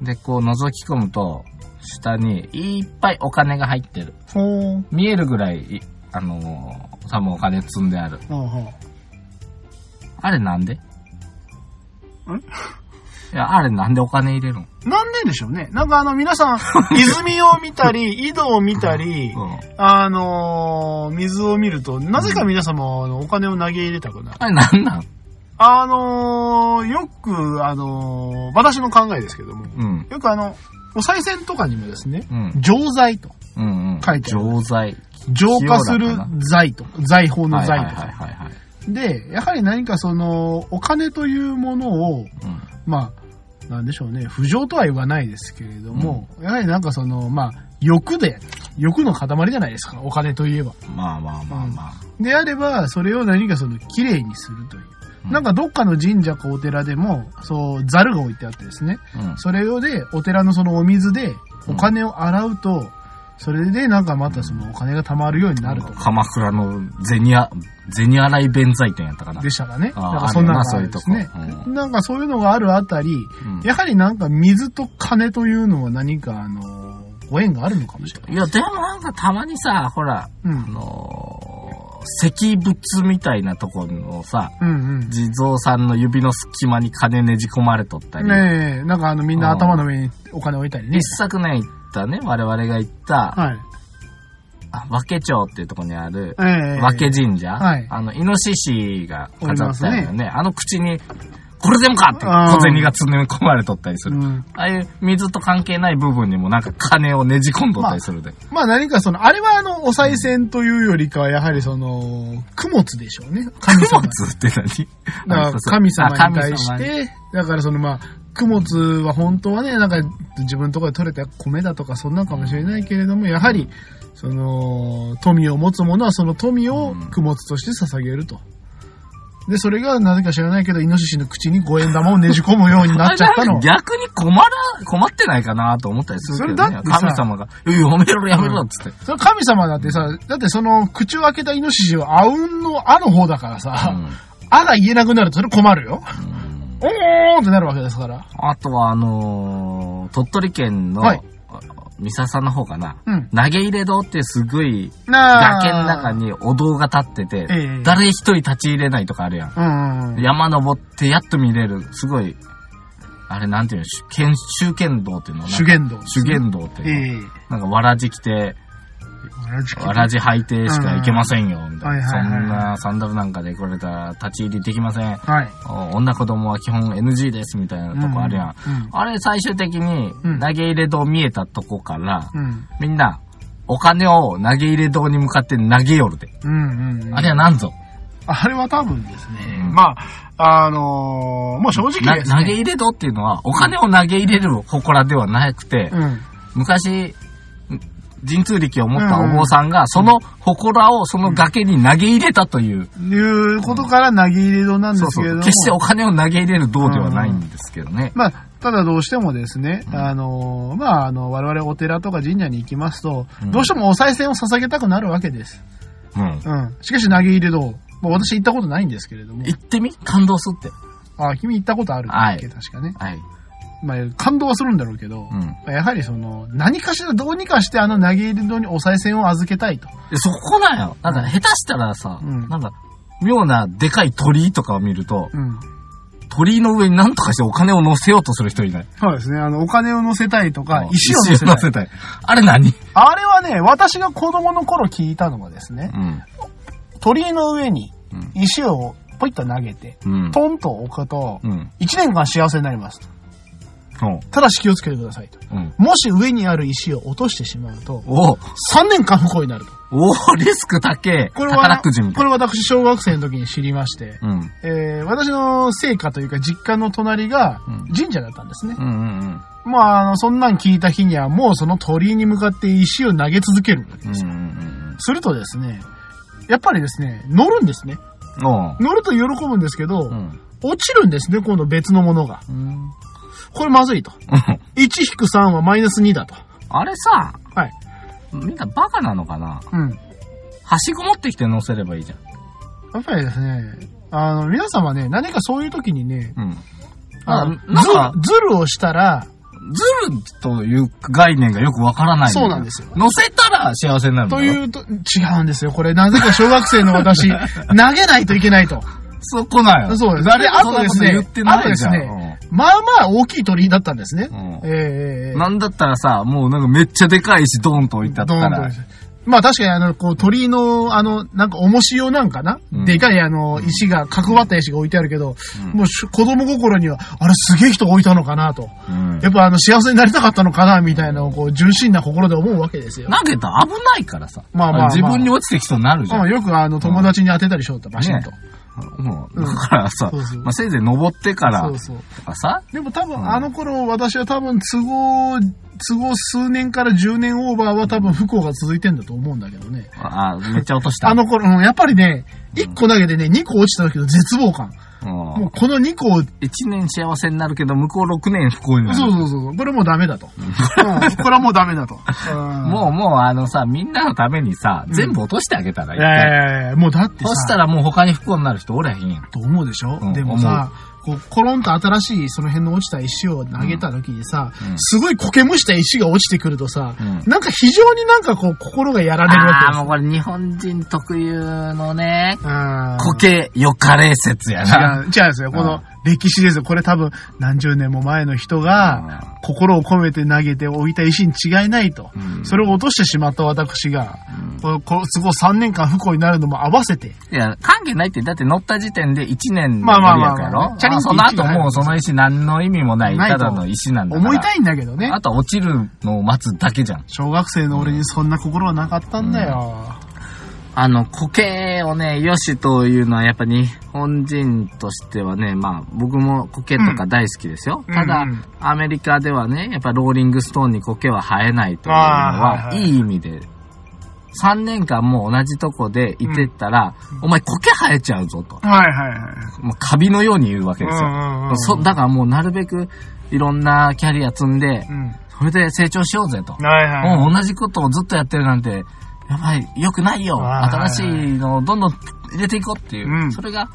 S1: う。
S2: で、こう覗き込むと、下にいっぱいお金が入ってる。
S1: ほう。
S2: 見えるぐらい、いあのー多分お金積んである。
S1: ああ、は
S2: あれなんでいや、あれなんでお金入れるの
S1: あ。なんででしょうね。なんかあの、皆
S2: (laughs)
S1: さん、泉を見たり、井戸を見たり、
S2: ん。
S1: あのー、水を見ると、なぜか皆様、あのお金を投げ入れたくなる。
S2: あれなんなん
S1: あのー、よく、あのー、私の考えですけども、
S2: うん。
S1: よくあの、お賽銭とかにもですね、
S2: うん。
S1: 錠剤と、
S2: うんうん。
S1: 書いてある
S2: 錠剤。
S1: 浄化する剤と、財宝の
S2: はいはい
S1: 財
S2: は
S1: と
S2: い
S1: か。
S2: はいはい。
S1: で、やはり何かその、お金というものを、
S2: うん。
S1: まあ、なんでしょうね、不浄とは言わないですけれども、やはりなんかその、まあ、欲で、欲の塊じゃないですか、お金といえば。
S2: まあまあまあまあ。
S1: であれば、それを何かその、綺麗にするという。なんかどっかの神社かお寺でも、そう、ザルが置いてあってですね、
S2: うん。
S1: それをで、お寺のそのお水で、お金を洗うと、それでなんかまたそのお金が貯まるようになるとか、
S2: 鎌倉の銭あ、銭洗い弁財店やったかな。
S1: でしたかね。
S2: あー
S1: なんかそんなの
S2: あ
S1: があ
S2: るよ
S1: るん
S2: な
S1: です
S2: そう
S1: ね
S2: いうとこ。
S1: なんかそういうのがあるあたり、
S2: うん
S1: やはりなんか水と金というのは何かあの、ご縁があるのかもしれない。
S2: いや、でもなんかたまにさ、ほら、
S1: う
S2: あ
S1: ん。
S2: のー石仏みたいなところのさ、
S1: うんうん。
S2: 地蔵さんの指の隙間に金ねじ込まれとったり、
S1: ねえ、なんかあのみんな頭の上にお金置いたりね
S2: 一。昨年行ったね、我々が行った、
S1: はい。
S2: あ和気町っていうところにある、
S1: ええ
S2: 和気神社、
S1: はい
S2: あの、イノシシが飾ってある
S1: おりま
S2: よ
S1: す
S2: ね。あの口に、これでもかって
S1: あー
S2: 小銭が詰め込まれとったりす
S1: う
S2: る。
S1: ん。
S2: ああいう水と関係ない部分にもなんか金をねじ込んどったりするで。
S1: まあ何かその、あれはあの、お賽銭というよりかは、やはりその、供物でしょうね。神
S2: 供
S1: 様
S2: 物。って
S1: だから
S2: 何
S1: 神様に対し。
S2: あそうそうあ神様に
S1: て、だからそのまあ、供物は本当はね、なんか自分のところで取れた米だとかそんなんかもしれないけれども、やはり、その、富を持つ者はその富を
S2: うん
S1: 供物として捧げると。で、それがなぜか知らないけど、イノシシの口に五円玉をねじ込むようになっちゃった
S2: (laughs)
S1: の。
S2: 逆に困ら、困ってないかなと思ったりするけど
S1: それ
S2: ね
S1: だ。ってさ
S2: 神様が、いややめろやめろっつって。
S1: その神様だってさ、だってその口を開けたイノシシはあうんのあの方だから
S2: う
S1: さ、
S2: ん
S1: あが言えなくなるとそれ困るよ。
S2: うん
S1: おーんってなるわけですから。
S2: あとは、あのー鳥取県の、
S1: はい
S2: 三笹の方かな。
S1: うん。
S2: 投げ入れ堂ってすごい
S1: なあ
S2: 崖の中にお堂が立ってて、
S1: ええ
S2: 誰一人立ち入れないとかあるやん。
S1: うんうんうん。
S2: 山登ってやっと見れる、すごい、あれなんていうの、主剣、修験道っていうの
S1: 修験道。
S2: 主剣道っていうの、
S1: ええ
S2: なんかわらじ着て、わらじ履いてしか行けませんよ、みたいな。
S1: は
S2: そ
S1: いはいはい
S2: んなサンダルなんかで来れたら立ち入りできません。
S1: はい。
S2: お女子供は基本 NG です、みたいなとこあるやん。あれ最終的に
S1: うん
S2: 投げ入れ堂見えたとこから、
S1: うん。うん。
S2: みんな、お金を投げ入れ堂に向かって投げよるで。
S1: うん。うん。
S2: あれは何ぞ、
S1: あれは多分ですね。
S2: うん
S1: まあ、あのー、もう正直
S2: な
S1: です
S2: 投げ
S1: ね。
S2: 入れ堂っていうのは、お金を投げ入れる祠ではなくて、
S1: うん。
S2: 昔、神通力を持ったお坊さんが、その祠をその崖に投げ入れたという、
S1: いうことから投げ入れ堂なんで
S2: そう
S1: す
S2: そ
S1: けれど
S2: う。
S1: も。
S2: 決してお金を投げ入れる堂ではないんですけどね。
S1: まあ、ただどうしてもですね、
S2: うん
S1: あのー、まあ、あの、我々お寺とか神社に行きますと、
S2: うん
S1: どうしてもお賽銭を捧げたくなるわけです。
S2: うん。
S1: うん。しかし投げ入れ堂。まあ、私行ったことないんですけれども。
S2: 行ってみ感動するって。
S1: あ、君行ったことあるんだっけ、
S2: は
S1: 確かね。
S2: はい。
S1: まあ、感動はするんだろうけど。
S2: うん。
S1: やはりその、何かしらどうにかしてあの投げ入れ堂にお賽銭を預けたいと。
S2: でそこなんよ。なんか下手したらさ、
S1: うん
S2: なんか、妙なでかい鳥居とかを見ると、
S1: うん。
S2: 鳥居の上に何とかしてお金を乗せようとする人いない。
S1: そうですね。あの、お金を乗せたいとか
S2: うん、
S1: 石を乗せたい。
S2: たい。あれ何
S1: あれはね、私が子供の頃聞いたのがですね、
S2: うん。
S1: 鳥居の上に
S2: うん
S1: 石をポイッと投げて、
S2: うん。
S1: トンと置くと、
S2: うん。
S1: 1年間幸せになります。
S2: おう
S1: ただし気をつけてくださいと。
S2: うん。
S1: もし上にある石を落としてしまうと、
S2: おう
S1: 3年間不幸になると。
S2: おうリスク高え。
S1: これ
S2: 宝
S1: は、
S2: くじみた
S1: こ
S2: い
S1: れ私小学生の時に知りまして、
S2: な。うん。
S1: えー私の生家というか実家の隣が
S2: うん
S1: 神社だったんですね。
S2: うんうん
S1: まあ、あの、そんなん聞いた日にはもうその鳥居に向かって石を投げ続けるわけ
S2: うん。う
S1: です。
S2: んうん
S1: するとですね、やっぱりですね、乗るんですね。
S2: うん。おう
S1: 乗ると喜ぶんですけ
S2: う
S1: ど、
S2: ん。
S1: 落ちるんですね、今度別のものが。
S2: うん。
S1: これまずいと。1-3はマイナス2だと。
S2: あれさ、
S1: はい。
S2: みんなバカなのかな
S1: うん。
S2: はしご持ってきて乗せればいいじゃん。
S1: やっぱりですね、あの、皆様ね、何かそういう時にね、
S2: うん。
S1: あ
S2: あ
S1: の
S2: なんか、
S1: ズルズルをしたら、
S2: ズルという概念がよくわからないだけど
S1: そうなんですよ
S2: 乗せたら幸せになるんだ
S1: と
S2: ろ
S1: いうと、違うんですよ。これ、なぜか小学生の
S2: (laughs)
S1: 私、投げないといけないと。
S2: そこなんよ。
S1: そうです
S2: 誰
S1: で
S2: もそんなこと言っ
S1: あとですね
S2: てないじゃん。
S1: あとですまあまあ大きい鳥居だったんですね。
S2: うん
S1: ええ
S2: うんなんだったらさ、もうなんかめっちゃでかい石ドーンと置いてあった
S1: ドーンと
S2: ら
S1: です。まあ確かにあの、こう鳥居の、あの、なんか重し用なんかな、
S2: うん
S1: でかいあの、石が、角張った石が置いてあるけど、
S2: うん
S1: もうし子供心には、あれすげえ人置いたのかなと。
S2: うん
S1: やっぱあの、幸せになりたかったのかなみたいな、こう、純真な心で思うわけですよ。
S2: 投げたら危ないからさ。
S1: まあまあまあ
S2: 自分に落ちてきそうになるじゃ
S1: まあ
S2: ん。
S1: よくあの、友達に当てたりしようと、バシンと。
S2: もう、だからさ、
S1: そうそう
S2: まあせいぜい登ってから
S1: そうそう。
S2: とかさ、
S1: でも多分、
S2: うん
S1: あの頃、私は多分、都合、都合数年から10年オーバーは多分不幸が続いてんだと思うんだけどね。
S2: あ、めっちゃ落とした。
S1: あの頃、うんやっぱりね、1個投げてね、2個落ちた時の絶望感。
S2: うん、
S1: もうこの2個を、そう
S2: 一年幸せになるけど、向こう六年不幸になる。
S1: そうそうそう、これもうダメだと。うんこれはもうダメだと。
S2: もうもうあのさ、みんなのためにさ、
S1: ん
S2: 全部落としてあげたら
S1: う
S2: い
S1: ん、いやいやいやもうだって
S2: そした
S1: さ、
S2: らもう他に不幸になる人おれへんやん。
S1: と思うでしょ、
S2: うん
S1: でもさ、こう、コロンと新しいその辺の落ちた石を投げた時にさ、
S2: うん
S1: すごい苔むした石が落ちてくるとさ、
S2: うん
S1: なんか非常になんかこう、心がやられるわ
S2: あ
S1: け
S2: あ、
S1: です
S2: もうこれ日本人特有のね、
S1: あー
S2: 苔よかれ説やな。
S1: 違う、違うんですよ。こ
S2: う
S1: の
S2: ん
S1: 歴史ですよ。これ多分何十年も前の人が心を込めて投げて置いた石に違いないと。
S2: うん
S1: それを落としてしまった私が、
S2: うん
S1: ここ都合3年間不幸になるのも合わせて、
S2: いや、関係ないって、だって乗った時点で1年の
S1: まあまあ
S2: ご利
S1: まあ
S2: 益やろ
S1: チャリンって
S2: その後
S1: 石が入る
S2: もうその石何の意味もない、
S1: ない
S2: た
S1: と
S2: だの石なんだから。
S1: 思いたいんだけどね。
S2: あとは落ちるのを待つだけじゃん。
S1: 小学生の俺にそんな心はなかったんだよ。
S2: あの、苔をね、よしというのはやっぱ日本人としてはね、まあ僕も苔とか大好きですよ。
S1: うん
S2: ただ、
S1: うんうん
S2: アメリカではね、やっぱローリングストーンに苔は生えないというの
S1: あー
S2: は、
S1: はいいはい
S2: い意味で、3年間もう同じとこでいてったら、お前苔生えちゃうぞと。
S1: はいはいはい。
S2: もうカビのように言うわけですよ。
S1: うんうんうん
S2: そだからもうなるべくいろんなキャリア積んで
S1: う、ん。
S2: それで成長しようぜと。
S1: はいはいはい。
S2: もう同じことをずっとやってるなんて、やばい、良くないよ。
S1: あ
S2: 新
S1: ー
S2: しいのをどんどん入れていこうっていう。
S1: うん
S2: それが、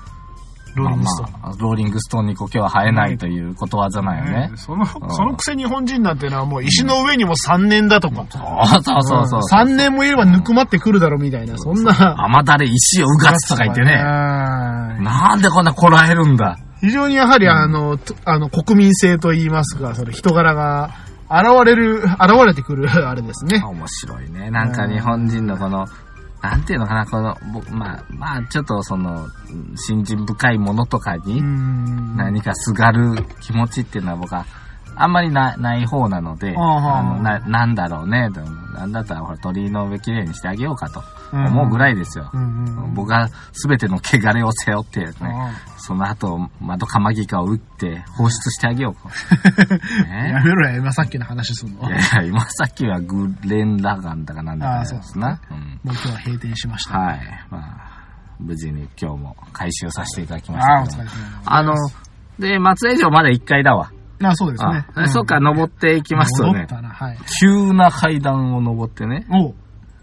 S1: ローリングストーン
S2: まあまあローリングストーンに苔は生えないということわざなんよね
S1: ね。その、そのくせ日本人なんてのはもう石の上にも3年だとか。
S2: そうそうそうそう。
S1: 3年もいればぬくまってくるだろうみたいな、そんな。
S2: 雨だれ石をうがつとか言ってね。
S1: ね。
S2: なんでこんなこらえるんだ。
S1: 非常にやはりあの、とあの、国民性と言いますか、その人柄が現れる、現れてくる、 (laughs) あれですね。
S2: 面白いね。なんか日本人のこの、なんていうのかな、この、僕まあ、まあ、ちょっとその、うん信心深いものとか
S1: うー
S2: に
S1: ん。
S2: 何かすがる気持ちっていうのは僕は、あんまりなない方なので、
S1: ああ
S2: あのななんだろうね、でもなんだったらほら鳥居の上きれいにしてあげようかと思うぐらいですよ
S1: う。んうん。
S2: 僕は全ての汚れを背負ってね、
S1: あ
S2: その後、窓かまぎかを打って放出してあげようか。
S1: あ
S2: ね
S1: (laughs) やめろよ、今さっきの話すんの。
S2: い
S1: もう
S2: やいや、今さっきはグレン・ラガンだかなんだか
S1: あーそうですね
S2: な。うん。
S1: 今日は閉店しました。
S2: はい。まあ、無事に今日も回収させていただきまし
S1: ああ、お
S2: たけど
S1: 疲れ様
S2: も。
S1: でした。
S2: あの、で、松江城まだ1階だわ。
S1: ああ、そうですね。
S2: あそうか、登っていき
S1: き
S2: ますよ
S1: 戻っ
S2: ね。
S1: たな、はい。
S2: 急な階段を登ってね。
S1: おう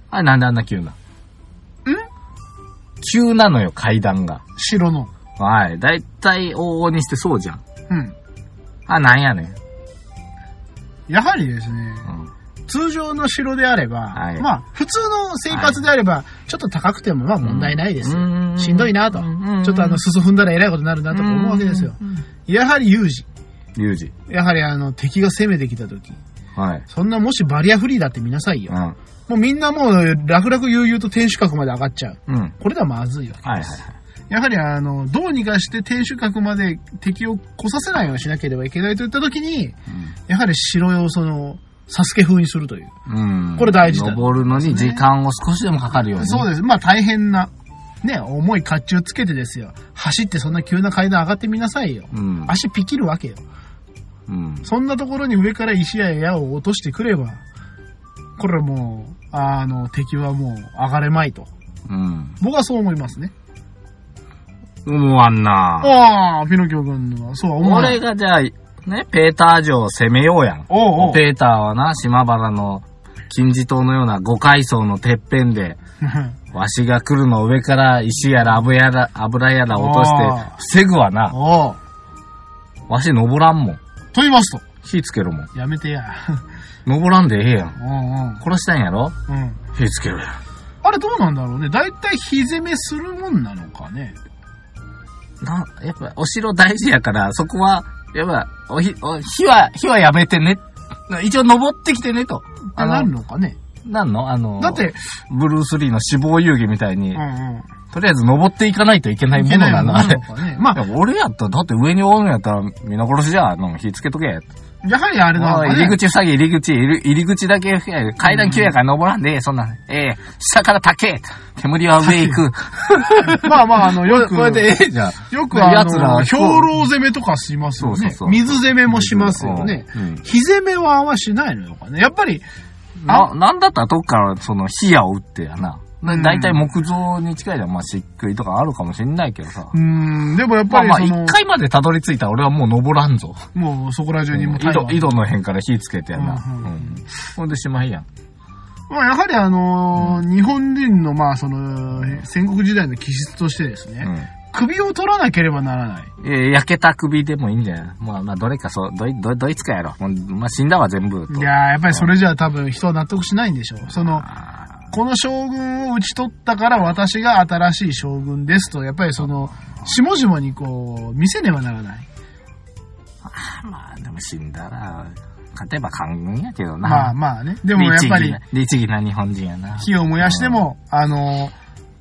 S2: あれ、なんであんな急な。ん急なのよ、階段が。
S1: 城の。
S2: はい。だいたい往々にしてそうじゃん。
S1: うん。
S2: あ、なんやねん。
S1: やはりですね、
S2: うん。
S1: 通常の城であれば、
S2: はい
S1: まあ、普通の生活であれば、ちょっと高くても、まあ問題ないですよ。
S2: うん
S1: しんどいなと。
S2: うん
S1: ちょっとあの、裾踏んだら偉いことになるなとか思うわけですよ。やはり有事。
S2: 有事。
S1: やはりあの、敵が攻めてきた時。
S2: はい。
S1: そんなもしバリアフリーだって見なさいうよ。
S2: ん。
S1: もうみんなもう、楽々悠々と天守閣まで上がっちゃう。
S2: うん。
S1: これではまずいよ。
S2: はいはいはい。
S1: やはりあの、どうにかして天守閣まで敵を来させないようにしなければいけないといった時に、やはり城をその、サスケ風にするという。
S2: うん。うん
S1: これ大事だ
S2: 登るのに時間を少しでもかかるように。
S1: そうです。まあ大変な、ね、重い甲冑つけてですよ。走ってそんな急な階段上がってみなさいよ。
S2: うん。
S1: 足ピキるわけよ。
S2: うん。
S1: そんなところに上から石や矢を落としてくれば、これはもう、あの、敵はもう上がれまいと。
S2: うん。
S1: 僕はそう思いますね。
S2: 思わんな
S1: ああ、ピノキオ君は、そうは思わな
S2: 俺
S1: い。
S2: がじゃあ、ね、ペーター城を攻めようやん。
S1: おうおう
S2: ペーターはな、島原の金字塔のような五階層のてっぺんで、わしが来るのを上から石やら油やら、油やら落と
S1: ああ
S2: して、防ぐわな。
S1: (laughs) おう
S2: わし登らんもん。
S1: と言いますと。
S2: 火つけるもん。
S1: やめてや。 (laughs)
S2: 登らんでええやん。
S1: うんうん。
S2: 殺したいんやろ
S1: うん。
S2: 火つけるやん。
S1: あれどうなんだろうね。だいたい火攻めするもんなのかね。
S2: な、やっぱ、お城大事やから、そこは、やっぱ、おひ、お、火は、火はやめてね。一応登ってきてね、と。
S1: あなるのかね。
S2: なんのあの、
S1: だって、、
S2: ブルース・リーの死亡遊戯みたいに、
S1: うんうん。
S2: とりあえず登っていかないといけないものなの、あれ。
S1: か
S2: (laughs)
S1: ね。まあ、
S2: いや俺やったら、だって上におるんやったら、皆殺しじゃあ、なんか火つけとけ。
S1: やはりあれなの
S2: おい
S1: か
S2: 入り
S1: ね。
S2: 口塞ぎ、入り口、入り入り口だけ吹け、階段急やから登らんでええ、そんなん。ええ、下から炊け煙は上行く。 (laughs)
S1: (laughs) まあまあ、あの、よく、
S2: ええじゃん。
S1: よくあ
S2: 奴ら
S1: の、
S2: は
S1: 兵糧攻めとかします
S2: そ
S1: よ
S2: うそう
S1: ね
S2: そ。う
S1: 水攻めもしますよね。
S2: うん。
S1: 火攻めはあんましないのかね。やっぱり、
S2: な、なんだったらどっからその火矢を打ってやな。
S1: うん
S2: だいたい木造に近いじゃん。まあ漆喰とかあるかもしんないけどさ
S1: う。ーん、でもやっ
S2: ま
S1: ぱ
S2: あ
S1: り
S2: まあ、
S1: そ
S2: 一
S1: の、
S2: 回までたどり着いたら俺はもう登らんぞ。
S1: もうそこら中にも
S2: 井
S1: 太陽
S2: 戸、井戸の辺から火つけてやな。
S1: う
S2: うん
S1: うんうん
S2: ん。ほんでしまいやん。
S1: まあやはりあのー、日本人のまあその、戦国時代の気質としてですね、首を取らなければならない。
S2: うん。え、焼けた首でもいいんじゃないまあまあ、どれかそう、どい、どい、どいつかやろ。もうまあ死んだわ、全部と。
S1: いやー、やっぱりそれじゃあ多分人は納得しないんでしょう。その、
S2: あ
S1: この将軍を討ち取ったから私が新しい将軍ですと、やっぱりその、下々にこう、見せねばならない。
S2: ーまあ、でも死んだら、勝てば官軍やけどな。
S1: まあまあね。でもやっぱり
S2: 律、儀な律儀な日本人やな。
S1: 火を燃やしても、あの、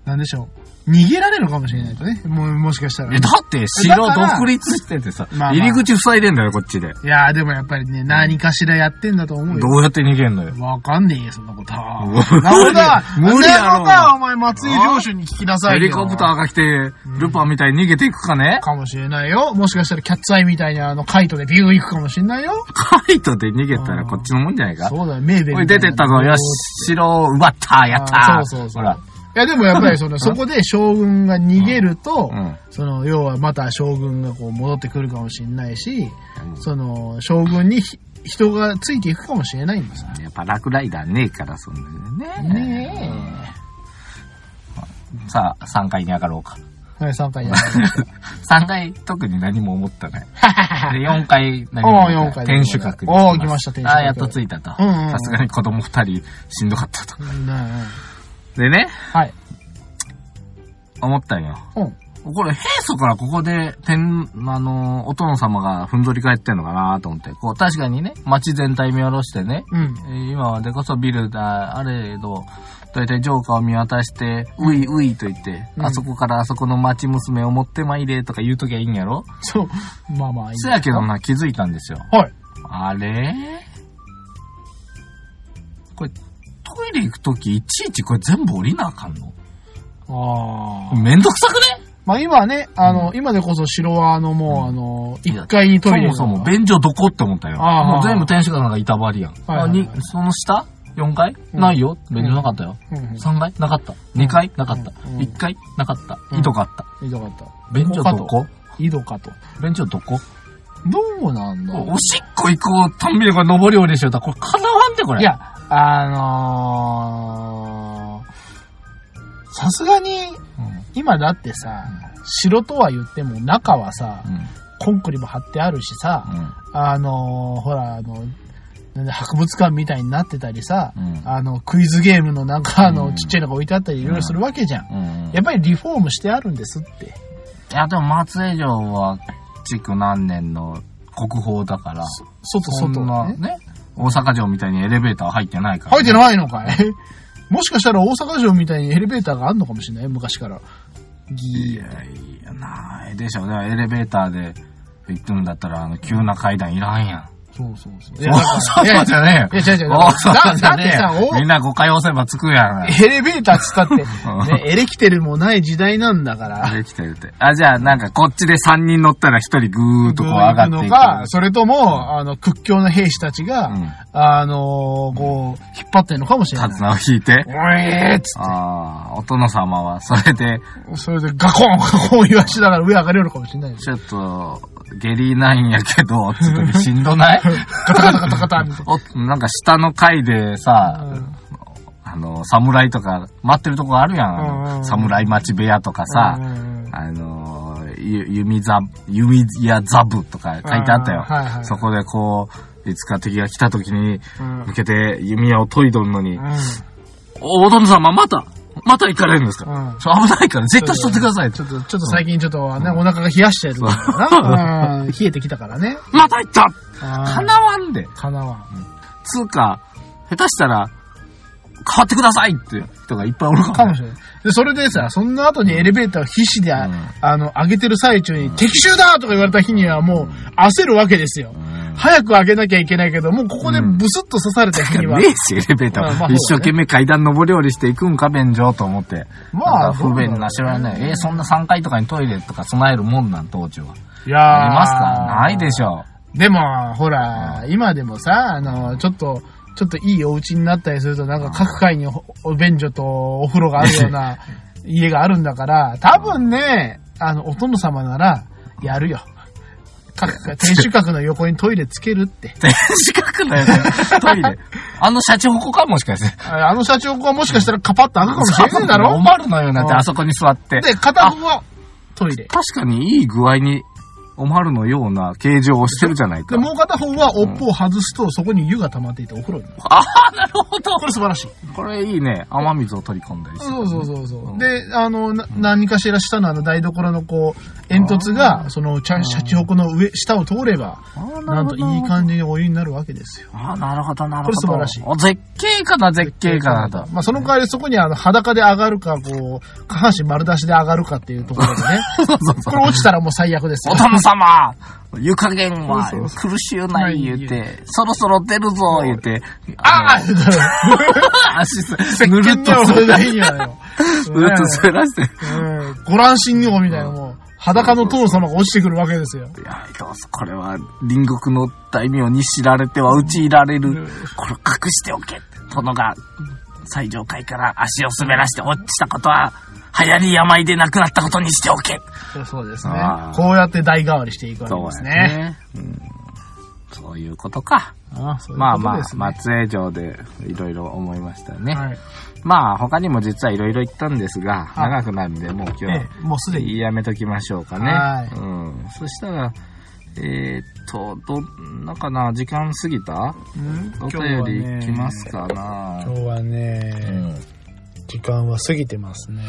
S1: なんでしょう。逃げられるかもしれないとね。もうもしかしたら。
S2: え、
S1: い
S2: だって、城独立しててさ、
S1: まあまあ
S2: 入り口塞いでんだよ、こっちで。
S1: やーでもやっぱりね、何かしらやってんだと思う
S2: ど
S1: よ。
S2: うやって逃げんのよ。
S1: わかんねえよ、そんなこと
S2: (laughs)
S1: は。
S2: 無理
S1: なるほど。
S2: 無理やろ
S1: なるほど。お前、松井領主に聞きなさ
S2: ヘ
S1: いよ。
S2: リコプターが来て、ルパンみたいに逃げていくかね
S1: かもしれないよ。もしかしたらキャッツアイみたいにあの、カイトでビュー行くかもしれないよ。
S2: カイトで逃げたらこっちのもんじゃないか。
S1: そうだよ、メーベル
S2: おい、
S1: みい
S2: 出
S1: な
S2: てったぞ、よし、城を奪った、やった
S1: あーそうそうそ
S2: ほ
S1: う
S2: ら。
S1: いや、でもやっぱりその、そこで将軍が逃げると、
S2: うん。
S1: その、要はまた将軍がこう戻ってくるかもしれないし、その、将軍にひ人がついていくかもしれないんですよ
S2: やっぱラクライダーねえから、そんなね。
S1: ね
S2: え。さあ、3階に上がろうか。
S1: え。はい、3回や
S2: (laughs)
S1: りました
S2: 3階、特に何も思った
S1: (laughs)
S2: ない。で、4階、何も思ったない。
S1: おー
S2: 天
S1: 四階
S2: 守閣に
S1: おー来ました天守閣
S2: あーやっと着いたと。
S1: うんうんうん
S2: さすがに子供2人、しんどかったと。
S1: うんうんうん
S2: でね、
S1: はい。
S2: 思ったんよ。
S1: うん。
S2: これ、平素からここで、天、あの、お殿様がふんぞり返ってんのかなと思って、こう、確かにね、街全体見下ろしてね、
S1: うん
S2: え。ー今はでこそビルだ、あれど、だいたいジョーカーを見渡して、ういういと言って、
S1: うん
S2: あそこからあそこの町娘を持ってまいれとか言うときゃいいんやろ、
S1: そう。まあまあ、いいん
S2: そ
S1: だ
S2: やけどな、気づいたんですよ。
S1: はい。
S2: あれこれ、トイレ行くとき、いちいちこれ全部降りなあかんの
S1: ああ。
S2: めんどくさくね
S1: まあ今はね、あの、今でこそ城はあの、もうあの、1階にトイレが
S2: そもそも、便所どこって思ったよ。
S1: ああ
S2: もう全部天守閣なんか板張りやん。
S1: はいはい
S2: あ
S1: はい
S2: にその下 ?4 階、
S1: うん
S2: ないよ。便所なかったよ。
S1: うんうん
S2: 3階なかった。2階なかった。
S1: うん
S2: 1階なかった。
S1: うん
S2: 糸があった。
S1: ひどかった。
S2: 便所ど
S1: か
S2: こと
S1: 井戸かと。
S2: 便所どこ
S1: どうなんだろう
S2: おしっこ行こうたんびにこれ上り下りしてた。これかなわんでこれ。
S1: い、や、あのー、さすがに、
S2: うん。
S1: 今だってさ、城とは言っても中はさ
S2: う、ん。
S1: コンクリも張ってあるしさ、
S2: うん。
S1: あのー、ほら、あの、なんで博物館みたいになってたりさ、
S2: うん
S1: あの、クイズゲームのなんか、あの、
S2: うん
S1: ちっちゃいのが置いてあったりいろいろするわけじゃん。
S2: うん。
S1: やっぱりリフォームしてあるんですって。
S2: いや、でも松江城は、築何年の国宝だから、
S1: 外、
S2: そん
S1: 外
S2: な
S1: は
S2: ね
S1: ね。
S2: 大阪城みたいにエレベーター入ってないから、
S1: 入ってないのかい (laughs) もしかしたら大阪城みたいにエレベーターがあるのかもしれない昔から。
S2: い
S1: ギー。
S2: やいや、ないでしょ。でもエレベーターで行くんだったら、あの、急な階段いらんやん。
S1: そうそうそう。
S2: そ
S1: いや
S2: う (laughs) そうそうじゃねえ
S1: い
S2: よ。
S1: や違う違う
S2: そうそうじゃねえよ
S1: だだってさお
S2: みんな誤解押せばつくや
S1: (laughs)
S2: ん。
S1: エレベーターっつったって、ね、エレキテルもない時代なんだから。
S2: できてるって。あ、じゃあ、なんか、こっちで3人乗ったら1人ぐーっとこう上がってい
S1: の
S2: く。
S1: か、それとも、あの、屈強な兵士たちが、
S2: うん
S1: あのーこう、引っ張ってるのかもしれ
S2: 手
S1: ない。
S2: 綱を引いて
S1: お。えーっつっ
S2: ああ、お殿様は、それで、
S1: て、それでガコンガコン言わしながら上上がれるのかもしれないです。
S2: ちょっと、下痢なんやけど、つう時しんど
S1: (laughs)
S2: ない
S1: ガタガタガタガタみたい
S2: おなんか下の階で
S1: な。う
S2: さ、
S1: ん
S2: あの、侍とか待ってるとこあるやん
S1: うんうん
S2: あ
S1: う
S2: の。
S1: ん
S2: 侍町部屋とかさ、
S1: うんうんうん
S2: あの、ゆ弓座、弓矢座部とか書いてあったよ。
S1: あーはいはい
S2: そこでこう、いつか敵が来た時に
S1: うん
S2: 向けて弓矢を研いどんのに、
S1: うん
S2: お、お殿様また、また行かれるんですか、
S1: うん
S2: そう危ないから絶対しとってください。
S1: ちょっと、ちょっと最近ちょっとね、お腹が冷やしてるからな。うん冷えてきたからね。
S2: また行った
S1: か
S2: 叶わんで。
S1: かなわん。
S2: つうか、下手したら、変わってくださいって人がいっぱいおるかも
S1: かもしれない。で、それでさ、そんな後にエレベーターを必死で、あの、上げてる最中に、敵襲だとか言われた日にはもう、焦るわけですよ。早く上げなきゃいけないけど、もうここでブスッと刺された日には
S2: ね、えし、エレベーター。
S1: まあまあ
S2: 一生懸命階段上り下りしていくんか、便所と思って。
S1: まあ
S2: なんか不便なしらない。えーそんな3階とかにトイレとか備えるもんなん、当時は。
S1: いやー
S2: ありますかないでしょ (laughs)
S1: でも、ほら、今でもさ、あの、ちょっと、ちょっといいお家になったりすると、なんか各階におお便所とお風呂があるような家があるんだから、多分ね、あの、お殿様なら、やるよ。各階、天守閣の横にトイレつけるって。
S2: 天守閣のやつ、トイ
S1: (laughs)
S2: レ。あのシャチホコか、もしかして。
S1: ああの社長はもしかしたらカパッと開くかもしれないだろ
S2: おまるのようになって、
S1: うん
S2: あそこに座って。
S1: で、片方はトイレ。
S2: 確かにいい具合に、おまるのような形状をしてるじゃない
S1: で、
S2: か。
S1: もう片方は尾っぽを外すと、そこに湯が溜まっていてお風呂になる。
S2: ああ、なるほど。
S1: これ素晴らしい。
S2: これいいね。雨水を取り込んだりして。
S1: そうそうそうそう。
S2: うん
S1: で、あの、な何かしら下のあの台所のこう、煙突が、その、ちゃん、シャチホコの上、下を通れば、
S2: ああ
S1: なんといい感じにお湯になるわけですよ。
S2: ああ、なるほど、なるほど。
S1: これ素晴らしい
S2: お絶景かな、絶景かなと。
S1: まあ、その代わりそこにあの、裸で上がるか、こう、下半身丸出しで上がるかっていうところでね。
S2: (laughs) そうそう
S1: こ
S2: そう。
S1: れ落ちたらもう最悪です
S2: お
S1: よ。
S2: 殿様湯加減は
S1: そうそ
S2: 苦しゅうない言う
S1: な
S2: て、そろそろ出るぞ言うて、
S1: ああ
S2: ああ足 (laughs) す、ぬるっと
S1: それ
S2: す
S1: だけにはよ。
S2: ぬるっと滑らして。
S1: うんご乱心よ、みたいな、もう、裸の殿様が落ちてくるわけですよ。
S2: いや、どうぞ、これは隣国の大名に知られてはうちいられる。これ隠しておけ。殿が最上階から足を滑らして落ちたことは、流行り病で亡くなったことにしておけ。
S1: そうですね
S2: ああ。
S1: こうやって代替わりしていくわけですね。
S2: そうやね。うんそういうことか。
S1: ああそういう
S2: まあ
S1: こと
S2: ま
S1: です
S2: あ、
S1: ね
S2: 松江城でいろいろ思いましたね。
S1: はい。
S2: まあ、他にも実はいろいろ言ったんですが、
S1: あ
S2: 長くなるんで、もう今日
S1: え
S2: は
S1: えもうすでに。
S2: やめときましょうか
S1: は
S2: ね。
S1: い
S2: うん。そしたら、えーっと、どんなかな、時間過ぎたお便り来ますかな
S1: 今。日は
S2: う
S1: ね、
S2: ん
S1: 時間は過ぎてますね。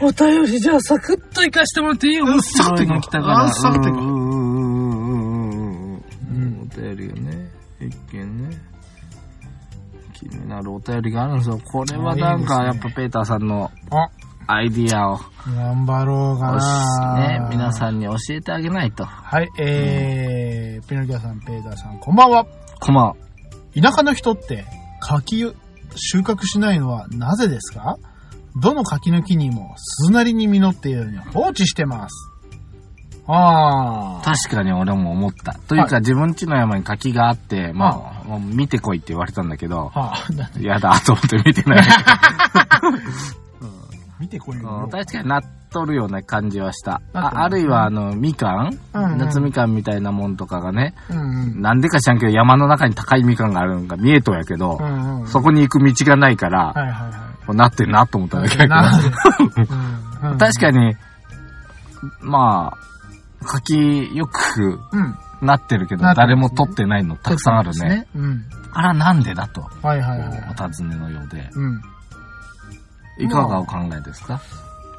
S2: お便りじゃあサクッと行かしてもらっていいよ。
S1: うんサクッと行こう
S2: の来たから。
S1: うんサクッと行こう
S2: うんうんうんうんうんうん
S1: うん。
S2: お便りがね、一見ね、気になるお便りがあるんですよ。これはなんか、
S1: あい
S2: や
S1: い
S2: っ
S1: ですね
S2: ぱペーターさんの
S1: あ、
S2: アイディアを、
S1: 頑張ろうか
S2: ね
S1: な。、
S2: 皆
S1: ん。
S2: さんに教えてあげないと。
S1: はい、えー、ピノキオさん、ペーターさん、こんばんは。
S2: こま、
S1: 田舎の人って柿を収穫しないのはなぜですかどの柿の木にも鈴なりに実っているように放置してます。ああ。
S2: 確かに俺も思った。というか、自分家の山に柿があって、まあ、もう見てこいって言われたんだけど、
S1: はあ、 (laughs) なんだ
S2: やだと思って見て
S1: (laughs)
S2: ない。
S1: 見てこれ
S2: う
S1: よ
S2: ん。確かになっとるような感じはした。
S1: なってます
S2: ああるいは、あの、みかん、
S1: うんうん
S2: 夏みかんみたいなもんとかがね、
S1: うんうん。
S2: なんでか知らんけど、山の中に高いみかんがあるのが見えとんやけど、
S1: うんうん。
S2: そこに行く道がないから、
S1: はいはいは
S2: こうなってんなと思ったんだ
S1: い。
S2: けど、
S1: なんでうんうん
S2: 確かに、まあ、柿よく
S1: うん。
S2: なってるけど
S1: な、ってますね
S2: 誰も撮ってないのたくさんあるね。。
S1: うん。
S2: あら、なんでだと、
S1: はいはいはい。
S2: お尋ねのようで。
S1: うん。
S2: いかがお考えですか、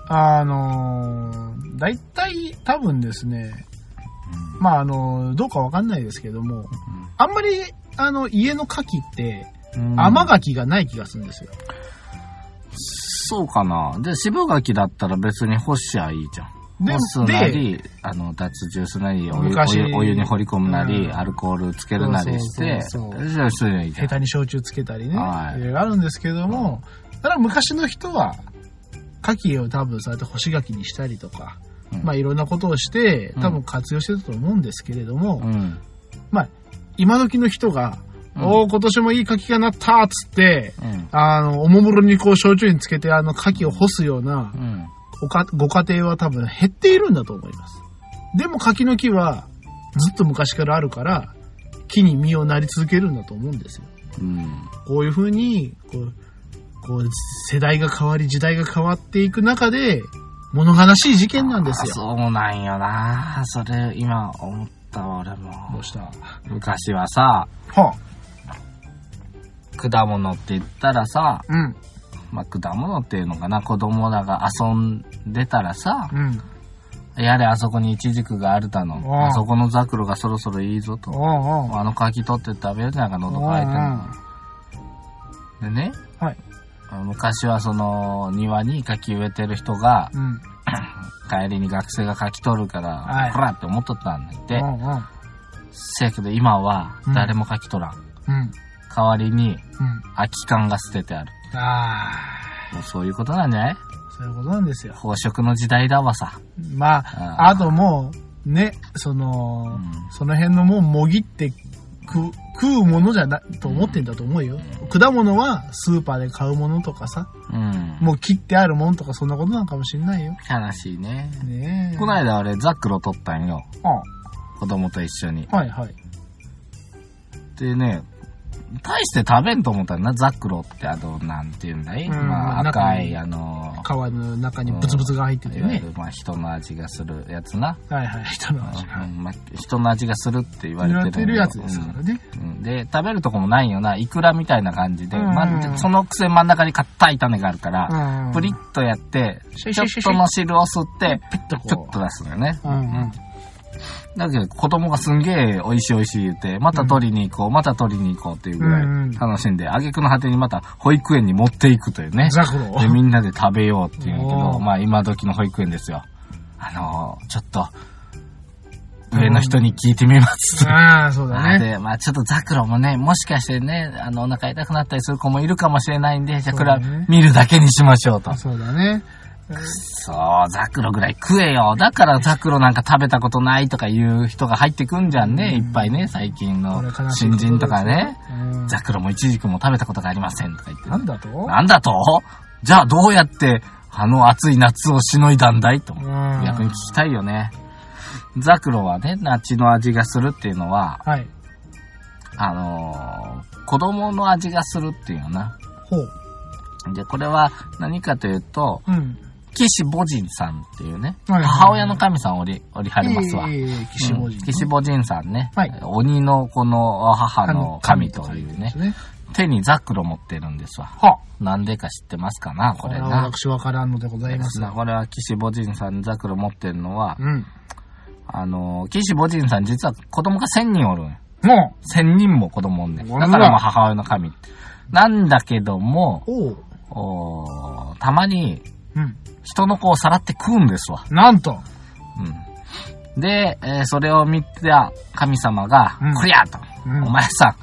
S1: あのー、大体多分ですね、まああのー、どうかわかんないですけども、あんまり、あの、家の牡蠣って、
S2: うん
S1: 甘柿がない気がするんですよ。
S2: そうかな。で、渋柿だったら別に干しゃいいじゃん。
S1: で
S2: 干すな
S1: で、
S2: り、あの、脱ジュースなり、お湯
S1: 昔
S2: お湯お湯に掘り込むなり、
S1: うん
S2: アルコールつけるなりして、
S1: そうそうそう
S2: じゃあ、それでいいじゃ
S1: 下
S2: ん。
S1: 手に焼酎つけたりね、
S2: はい
S1: いろいろあるんですけども、ただ昔の人は、牡蠣を多分そうやって干し柿にしたりとか、
S2: うん
S1: まあいろんなことをして、
S2: うん
S1: 多分活用してたと思うんですけれども、
S2: うん。
S1: まあ、今時の人が、
S2: うん
S1: おお今年もいい柿がなったっつって、
S2: うん。
S1: あの、おもむろにこう、焼酎につけて、あの、牡蠣を干すような
S2: うん。
S1: おか、ご家庭は多分減っているんだと思います。でも柿の木は、ずっと昔からあるから、木に実をなり続けるんだと思うんですよ。
S2: うん。
S1: こういうふうに、こう、こう、世代が変わり、時代が変わっていく中で、物悲しい事件なんです
S2: あ
S1: よ。
S2: そうなんよな。それ、今思ったわ俺
S1: ど
S2: も
S1: う。したは
S2: 昔はさ、
S1: あ、
S2: 果物って言ったらさ、
S1: うん、
S2: まあ、果物っていうのかな、子供らが遊んでたらさ、
S1: うん。
S2: やれあそこにイチジクがあるだ
S1: う
S2: の。
S1: ん
S2: あそこのザクロがそろそろいいぞと。
S1: おうおう
S2: あの柿取って食べるじゃんか、喉乾いてんの。でね、
S1: はい。
S2: 昔はその庭に柿植えてる人が、
S1: うん。
S2: 帰りに学生が柿取るから、
S1: はい
S2: こらって思っとったんだって。
S1: うんうん
S2: せやけど今は
S1: うん
S2: 誰も柿取らん。
S1: うん。
S2: 代わりに
S1: うん。
S2: 空き缶が捨ててある。
S1: あ
S2: もうそういうことなんじゃない
S1: あ、そういうことなんですよ。
S2: 飽食の時代だわさ。
S1: まあ、
S2: あ
S1: あともう、ね、そ
S2: うん
S1: の、その辺のもうもぎって食う食うものじゃなと思ってんだと思うよ。果物はスーパーで買うものとかさ、
S2: うん。
S1: もう切ってあるものとかそんなことなんかもしんないよ。
S2: 悲しいね。
S1: ねえ。
S2: こないだ俺ザクロ取ったんよ。
S1: あ
S2: 子供と一緒に。
S1: はいはい。
S2: でね、大して食べんと思ったんだな、ザクロって、あの、なんていうんだい、
S1: うん
S2: まあ、
S1: 中
S2: 赤
S1: に
S2: い、あの、
S1: 皮の中にブツブツが入ってて
S2: いわゆ
S1: ね。
S2: る、まあ、人の味がするやつな。
S1: はいはい。人の味が。
S2: うんまあ、人の味がするって言われ
S1: 言わ
S2: てるん
S1: れ
S2: だ
S1: て
S2: よ
S1: るやつですからね。
S2: うんうんで、食べるとこもないよな、イクラみたいな感じで、
S1: うん
S2: まあ、そのくせ真ん中に硬い種があるから、
S1: うん
S2: プリッとやって、ち
S1: シュイシ
S2: ょっ
S1: ュイシュイシュ
S2: と
S1: イ
S2: の汁を吸って、
S1: ピッとこう
S2: ちょっと出すのよね。
S1: うんうん。
S2: だけど、子供がすんげえ美味しい美味しい言って、また取りに行こう、また取りに行こうっていうぐら
S1: うんうん
S2: い楽しんで、挙句の果てにまた保育園に持っていくという
S1: (laughs)
S2: ね。
S1: ザクロ。
S2: で、みんなで食べようっていうんだけ
S1: おー
S2: ど、まあ今時の保育園ですよ。あのー、ちょっと、上の人に聞いてみます。
S1: ああ、そうだね。
S2: で、まあちょっとザクロもね、もしかしてね、あの、お腹痛くなったりする子もいるかもしれないんで、じゃあこれは
S1: そうだね
S2: 見るだけにしましょうと。
S1: そうだね。
S2: そう、ザクロぐらい食えよ。だからザクロなんか食べたことないとかいう人が入ってくんじゃんね。いっぱいね、最近の
S1: これ悲しい
S2: 新人とかね。
S1: うん
S2: ザクロもイチジクも食べたことがありませんとか言ってね、
S1: なんだと
S2: なんだとじゃあどうやってあの暑い夏をしのいだんだいと。
S1: うん
S2: 逆に聞きたいよね。ザクロはね、夏の味がするっていうのは、
S1: はい。
S2: あのー子供の味がするっていうよな。
S1: ほう。
S2: で、これは何かというと、
S1: うん。
S2: 岸母神さんっていうね、
S1: はいはいはい
S2: 母親の神さんをおり、おりはりますわ。
S1: ええええ岸
S2: う
S1: 本
S2: ん岸母神さんね、
S1: はい
S2: 鬼のこの母の神というね、
S1: ね。
S2: 手にザクロ持ってるんですわ。
S1: は
S2: なんでか知ってますかな、こ
S1: こ
S2: れ
S1: れ
S2: な。
S1: は私わからんのでございます。
S2: これは岸母神さんザクロ持ってるのは、
S1: うん。
S2: あの、岸母神さん実は子供が1000人おるんよ
S1: も
S2: 1000人も子供おんねん。
S1: ほら
S2: だからまあ母親の神。なんだけども
S1: う、おう。
S2: おーたまに
S1: うん。
S2: 人の子をさらって食うんですわ。
S1: なんと。
S2: うん。で、えーそれを見た神様が、
S1: うん
S2: こりゃと、
S1: うん
S2: お前さ、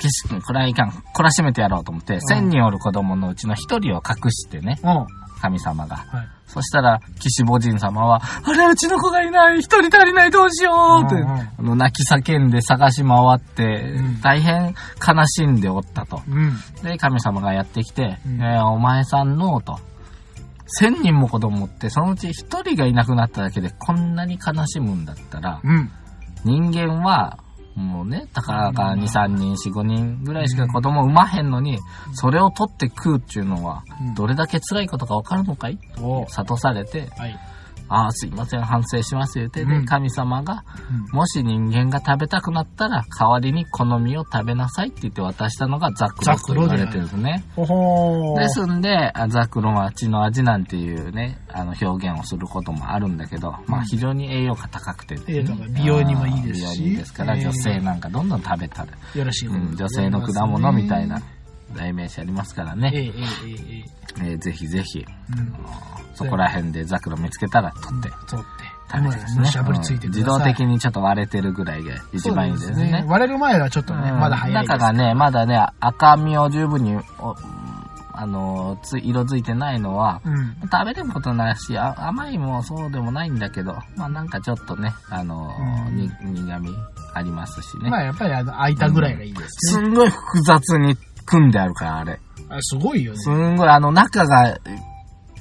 S2: 岸君、これはいかん。懲らしめてやろうと思って、1000人おる子供のうちの1人を隠してね、
S1: うん。は
S2: 神様が。
S1: い。
S2: そしたら、岸母神様は、あれ、うちの子がいない一人足りないどうしようって、
S1: うんうん
S2: あの、泣き叫んで探し回って、
S1: うん
S2: 大変悲しんでおったと。
S1: うん。
S2: で、神様がやってきて、
S1: うん
S2: えーお前さんの、と。千人も子供って、そのうち一人がいなくなっただけで、こんなに悲しむんだったら、
S1: うん。
S2: 人間は、もうね、たかだか2、3人、4、5人ぐらいしか子供産まへんのに、それを取って食うっていうのは
S1: うん、
S2: どれだけ辛いことかわかるのかい
S1: おう
S2: 諭されて、
S1: はい。
S2: ああ、すいません、反省します言うて、
S1: う
S2: で、
S1: ん
S2: 神様が、
S1: うん
S2: もし人間が食べたくなったら、代わりにこの実を食べなさいって言って渡したのがザクロと言われてるんですね。
S1: ほほー。
S2: ですんで、あザクロは血の味なんていうね、あの表現をすることもあるんだけど、まあ非常に栄養価高くて、
S1: 栄養価が美容にもいいですし
S2: あー美容にいいですから、
S1: ええ
S2: 女性なんかどんどん食べたら、
S1: よろしいこ
S2: う
S1: と
S2: ん、
S1: でご
S2: 女
S1: ざ
S2: 性
S1: い
S2: の
S1: ますね
S2: 果物みたいな。代名詞ありますから
S1: ええ
S2: ね、
S1: ええええええ
S2: えーぜひぜひ、
S1: うん
S2: そこら辺でザクロ見つけたら取って
S1: 取って
S2: 食べてです
S1: む
S2: ね。
S1: しゃぶりついて
S2: うん
S1: く
S2: 自
S1: ださい
S2: 動的にちょっと割れてるぐらいが一番いいんです
S1: そう
S2: ね。
S1: 割れる前はちょっとね、
S2: うん
S1: まだ早いです
S2: 中がね、まだね、赤みを十分に、おあの、つ色づいてないのは、
S1: うん
S2: 食べれることないし、あ甘いもそうでもないんだけど、まあなんかちょっとね、あの、
S1: うん
S2: に苦味ありますしね。
S1: まあやっぱりあの空いたぐらいがいいです
S2: す
S1: ね、
S2: んごい複雑に組んであるから、あれ。
S1: あすごいよね
S2: すんごい、あの、中が、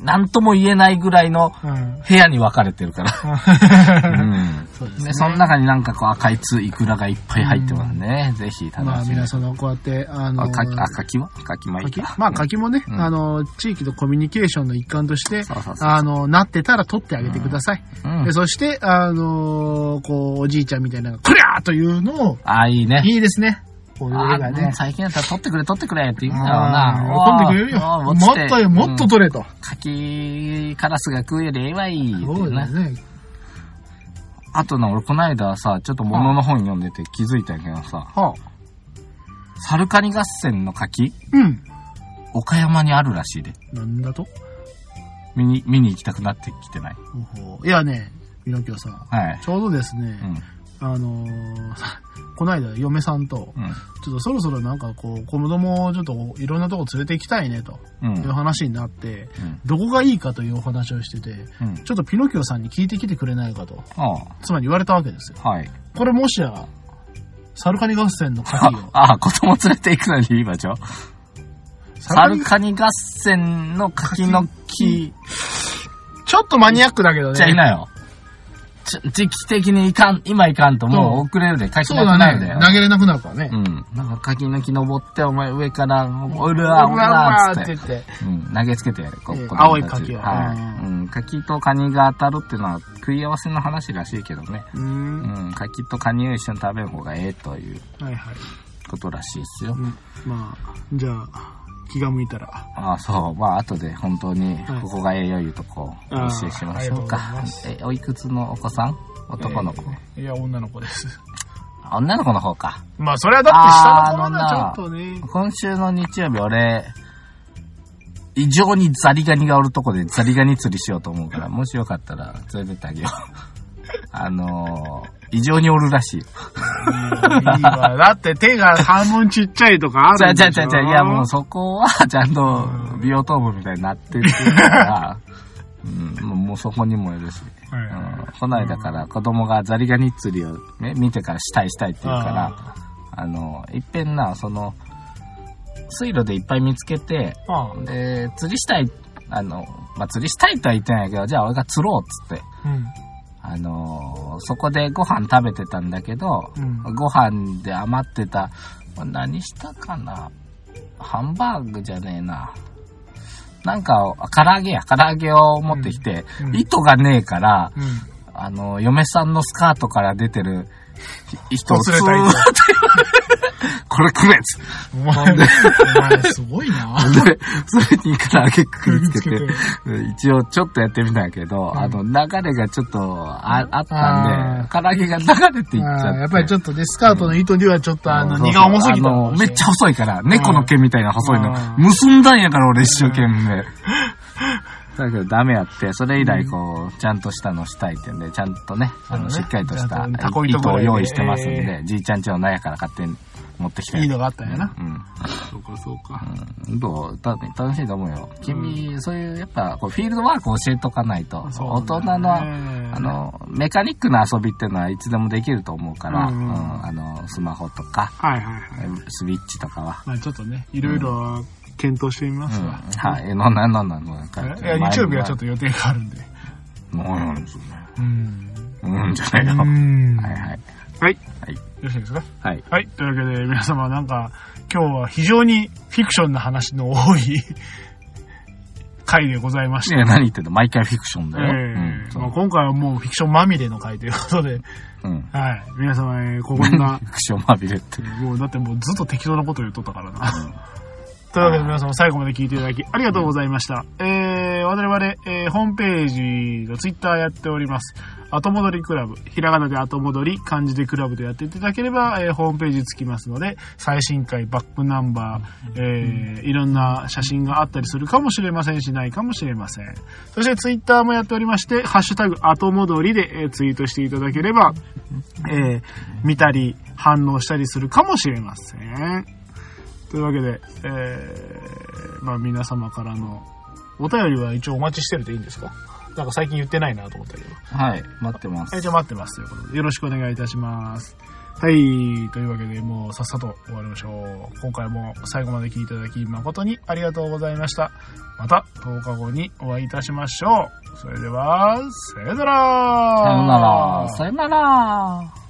S2: なんとも言えないぐらいの
S1: うん
S2: 部屋に分かれてるから。うん。
S1: そうで
S2: (laughs)
S1: す
S2: ね、その中になんかこう赤いつイクラがいっぱい入ってますね。ぜひ楽しみに。
S1: まあ皆さんのこうやってあの
S2: あ、かき、あ、かきはかきまい
S1: 柿
S2: か。
S1: まあ柿もね、
S2: うん
S1: あの地域のコミュニケーションの一環として
S2: そうそうそう
S1: あのなってたら取ってあげてください、
S2: うん
S1: で。そしてあのこうおじいちゃんみたいなのが「こりゃー!」というのを
S2: あ、いいね。
S1: いいですねこういう
S2: あ
S1: 絵が
S2: もう
S1: ね
S2: 最近だったら取ってくれ、取ってくれって言うんだろう
S1: あ
S2: な。
S1: ー喜んでくれるよ
S2: おー
S1: もっとよもっと。
S2: 落ちて
S1: 取れと、
S2: うん柿、カラスが食うよりええわいいって
S1: そうで
S2: ね
S1: す。ね
S2: あとな、俺この間さ、ちょっと物の本読んでて気づいたんやけどさ、
S1: はあ
S2: サルカニ合戦の柿、
S1: うん
S2: 岡山にあるらしいで。
S1: なんだと
S2: 見に、見に行きたくなってきてない。
S1: ほうほういやねミノキオさん
S2: はい。
S1: ちょうどですね、
S2: うん。
S1: あのー (laughs) さこの間嫁さんと、
S2: う
S1: ちょっとそろそろなんかこう、子供をちょっといろんなとこ連れて行きたいねと、
S2: ん。うん。
S1: いう話になって、
S2: うん。
S1: どこがいいかというお話をしてて、
S2: うん。
S1: ちょっとピノキオさんに聞いてきてくれないかと、
S2: あ
S1: つまり言われたわけですよ。
S2: あ、はい。
S1: これもしや、サルカニ合戦の鍵
S2: あ
S1: を、、
S2: あ、子供連れて行くのにいい場所
S1: (laughs) サ
S2: サ
S1: ルカ
S2: ル
S1: ニ
S2: カニ合戦の柿の木
S1: ちょっとマニアックだけど
S2: じゃい
S1: ね。
S2: なよ。ちょ時期的にいかん、今いかんともう遅れるで、柿
S1: そ
S2: な
S1: う
S2: く
S1: だ
S2: なるで。
S1: ね。投げれなくなるからね。
S2: うん。なんか柿の木登って、お前上から、おる
S1: う
S2: わ、おるわ、
S1: う
S2: つっ
S1: わー
S2: て
S1: っ。て言って。
S2: うん、投げつけてやる、こ
S1: ええ
S2: 子供たち
S1: 青い柿を
S2: はい。うん、柿とカニが当たるっていうのは食い合わせの話らしいけどね。
S1: うー。
S2: うんん、柿とカニを一緒に食べる方がええという
S1: はいはい。
S2: ことらしいですよ
S1: う。んまあ、じゃあ、気が向いたら。
S2: ああ、そう。まあ、後で本当に
S1: はい、
S2: ここが栄養いうとこをお教えしましょう
S1: ああありがとうござい
S2: か
S1: ま。す
S2: え、おいくつのお子さん男の子、
S1: えーいや、女の子です。
S2: 女の子の方か。
S1: (laughs) まあ、それはだって下の子はちょっとね。
S2: 今週の日曜日、俺、異常にザリガニがおるとこでザリガニ釣りしようと思うから、もしよかったら連れてってあげよう。 (laughs) あのー、異常におるらしいよ。
S1: いいわだって手が半分ちっちゃいとかあ
S2: じ
S1: る
S2: ゃ
S1: ん
S2: じ
S1: でしょ
S2: ゃじゃじゃいやもうそこは (laughs) ちゃんとビオトープみたいになってるから、うん、もうもうそこにもいるし。
S1: はいは
S2: う
S1: い
S2: ん、この間から子供がザリガニ釣りを、ね、見てからしたいしたいって言うから、あの、いっぺんな、その、水路でいっぱい見つけて、
S1: あ
S2: で、釣りしたい、あの、まあ、釣りしたいとは言ってないけど、じゃあ俺が釣ろうっつって、あのーそこでご飯食べてたんだけど、
S1: うん
S2: ご飯で余ってた、まあ何したかなハンバーグじゃねえな。なんか、唐揚げや、唐揚げを持ってきて、
S1: うんうん
S2: 糸がねえから、
S1: うん。うん。
S2: あの、嫁さんのスカートから出てるひ人を
S1: こすれた糸
S2: ずーっと (laughs) これ食えっつって
S1: お前、お前すごいな。
S2: でそれに唐揚げくくりつけて
S1: くくり、
S2: 一応ちょっとやってみたんやけど、あの、流れがちょっとああったんで、唐揚げが流れていっちゃって。
S1: やっぱりちょっとね、スカートの糸にはちょっとあの、
S2: そうそう
S1: 荷が重すぎたの
S2: あ
S1: かも
S2: の
S1: しれ
S2: め
S1: ん
S2: っちゃ細いから、猫の毛みたいな細いの
S1: あ。ー
S2: 結んだんやから俺一生懸命。だけどダメやって、それ以来こう、ちゃんとしたのしたいってんで、ちゃんとね、あの、
S1: そ
S2: し
S1: うね
S2: っかりとし
S1: ちゃ
S2: た
S1: んとタコ糸
S2: 糸
S1: ぐらい
S2: を
S1: で
S2: 用意してますん
S1: え
S2: で、じいちゃんちの納屋から買って持ってきた
S1: いい
S2: や
S1: のがあったんやな
S2: つ。。うん。
S1: そうか、そうか。
S2: うんどうた楽しいと思うよ。君、そういう、やっぱ、こう、フィールドワークを教えとかないと、
S1: そう
S2: 大人
S1: だね
S2: の、あの、メカニックな遊びっていうのはいつでもできると思うから、
S1: うんうん
S2: うんあの、スマホとか、
S1: はいはいはい。
S2: スイッチとかは、
S1: まあちょっとね、いろいろ検討してみますわ。
S2: はい、え、なんなんなんなんなん
S1: えいや、日曜日はちょっと予定があるんで。
S2: と。なんなんですね。
S1: うん。
S2: うん、じゃないよ。
S1: う
S2: は
S1: ん。
S2: いはい。
S1: はい。よ
S2: はい。
S1: ろしいですか
S2: はい。
S1: はい。というわけで、皆様なんか、今日は非常にフィクションな話の多い、 (laughs) 回でございました。
S2: え、何言ってんだ毎回フィクションだよ。うん
S1: えー
S2: そ
S1: まあ、
S2: う
S1: 今回はもうフィクションまみれの回ということで、
S2: うん。
S1: はい。皆様、えーこんな
S2: フ、ィクションまびれって。
S1: (laughs) もうだってもうずっと適当なこと言っとったからな。というわけで皆様最後まで聞いていただきありがとうございました。えー、我々、えーホームページとツイッターやっております。後戻りクラブ。ひらがなで後戻り、漢字でクラブとやっていただければ、えーホームページつきますので、最新回、バックナンバー、えーいろんな写真があったりするかもしれませんし、ないかもしれません。そしてツイッターもやっておりまして、ハッシュタグ後戻りで、えーツイートしていただければ、えー見たり反応したりするかもしれません。というわけで、えーまあ、皆様からのお便りは一応お待ちしてるでいいんですかなんか最近言ってないなと思ったけど。
S2: はい、待ってます。
S1: 一応待ってますということで、よろしくお願いいたします。はい。というわけで、もうさっさと終わりましょう。今回も最後まで聞いていただき誠にありがとうございました。また10日後にお会いいたしましょう。それでは、さよなら
S2: さよなら。さよなら。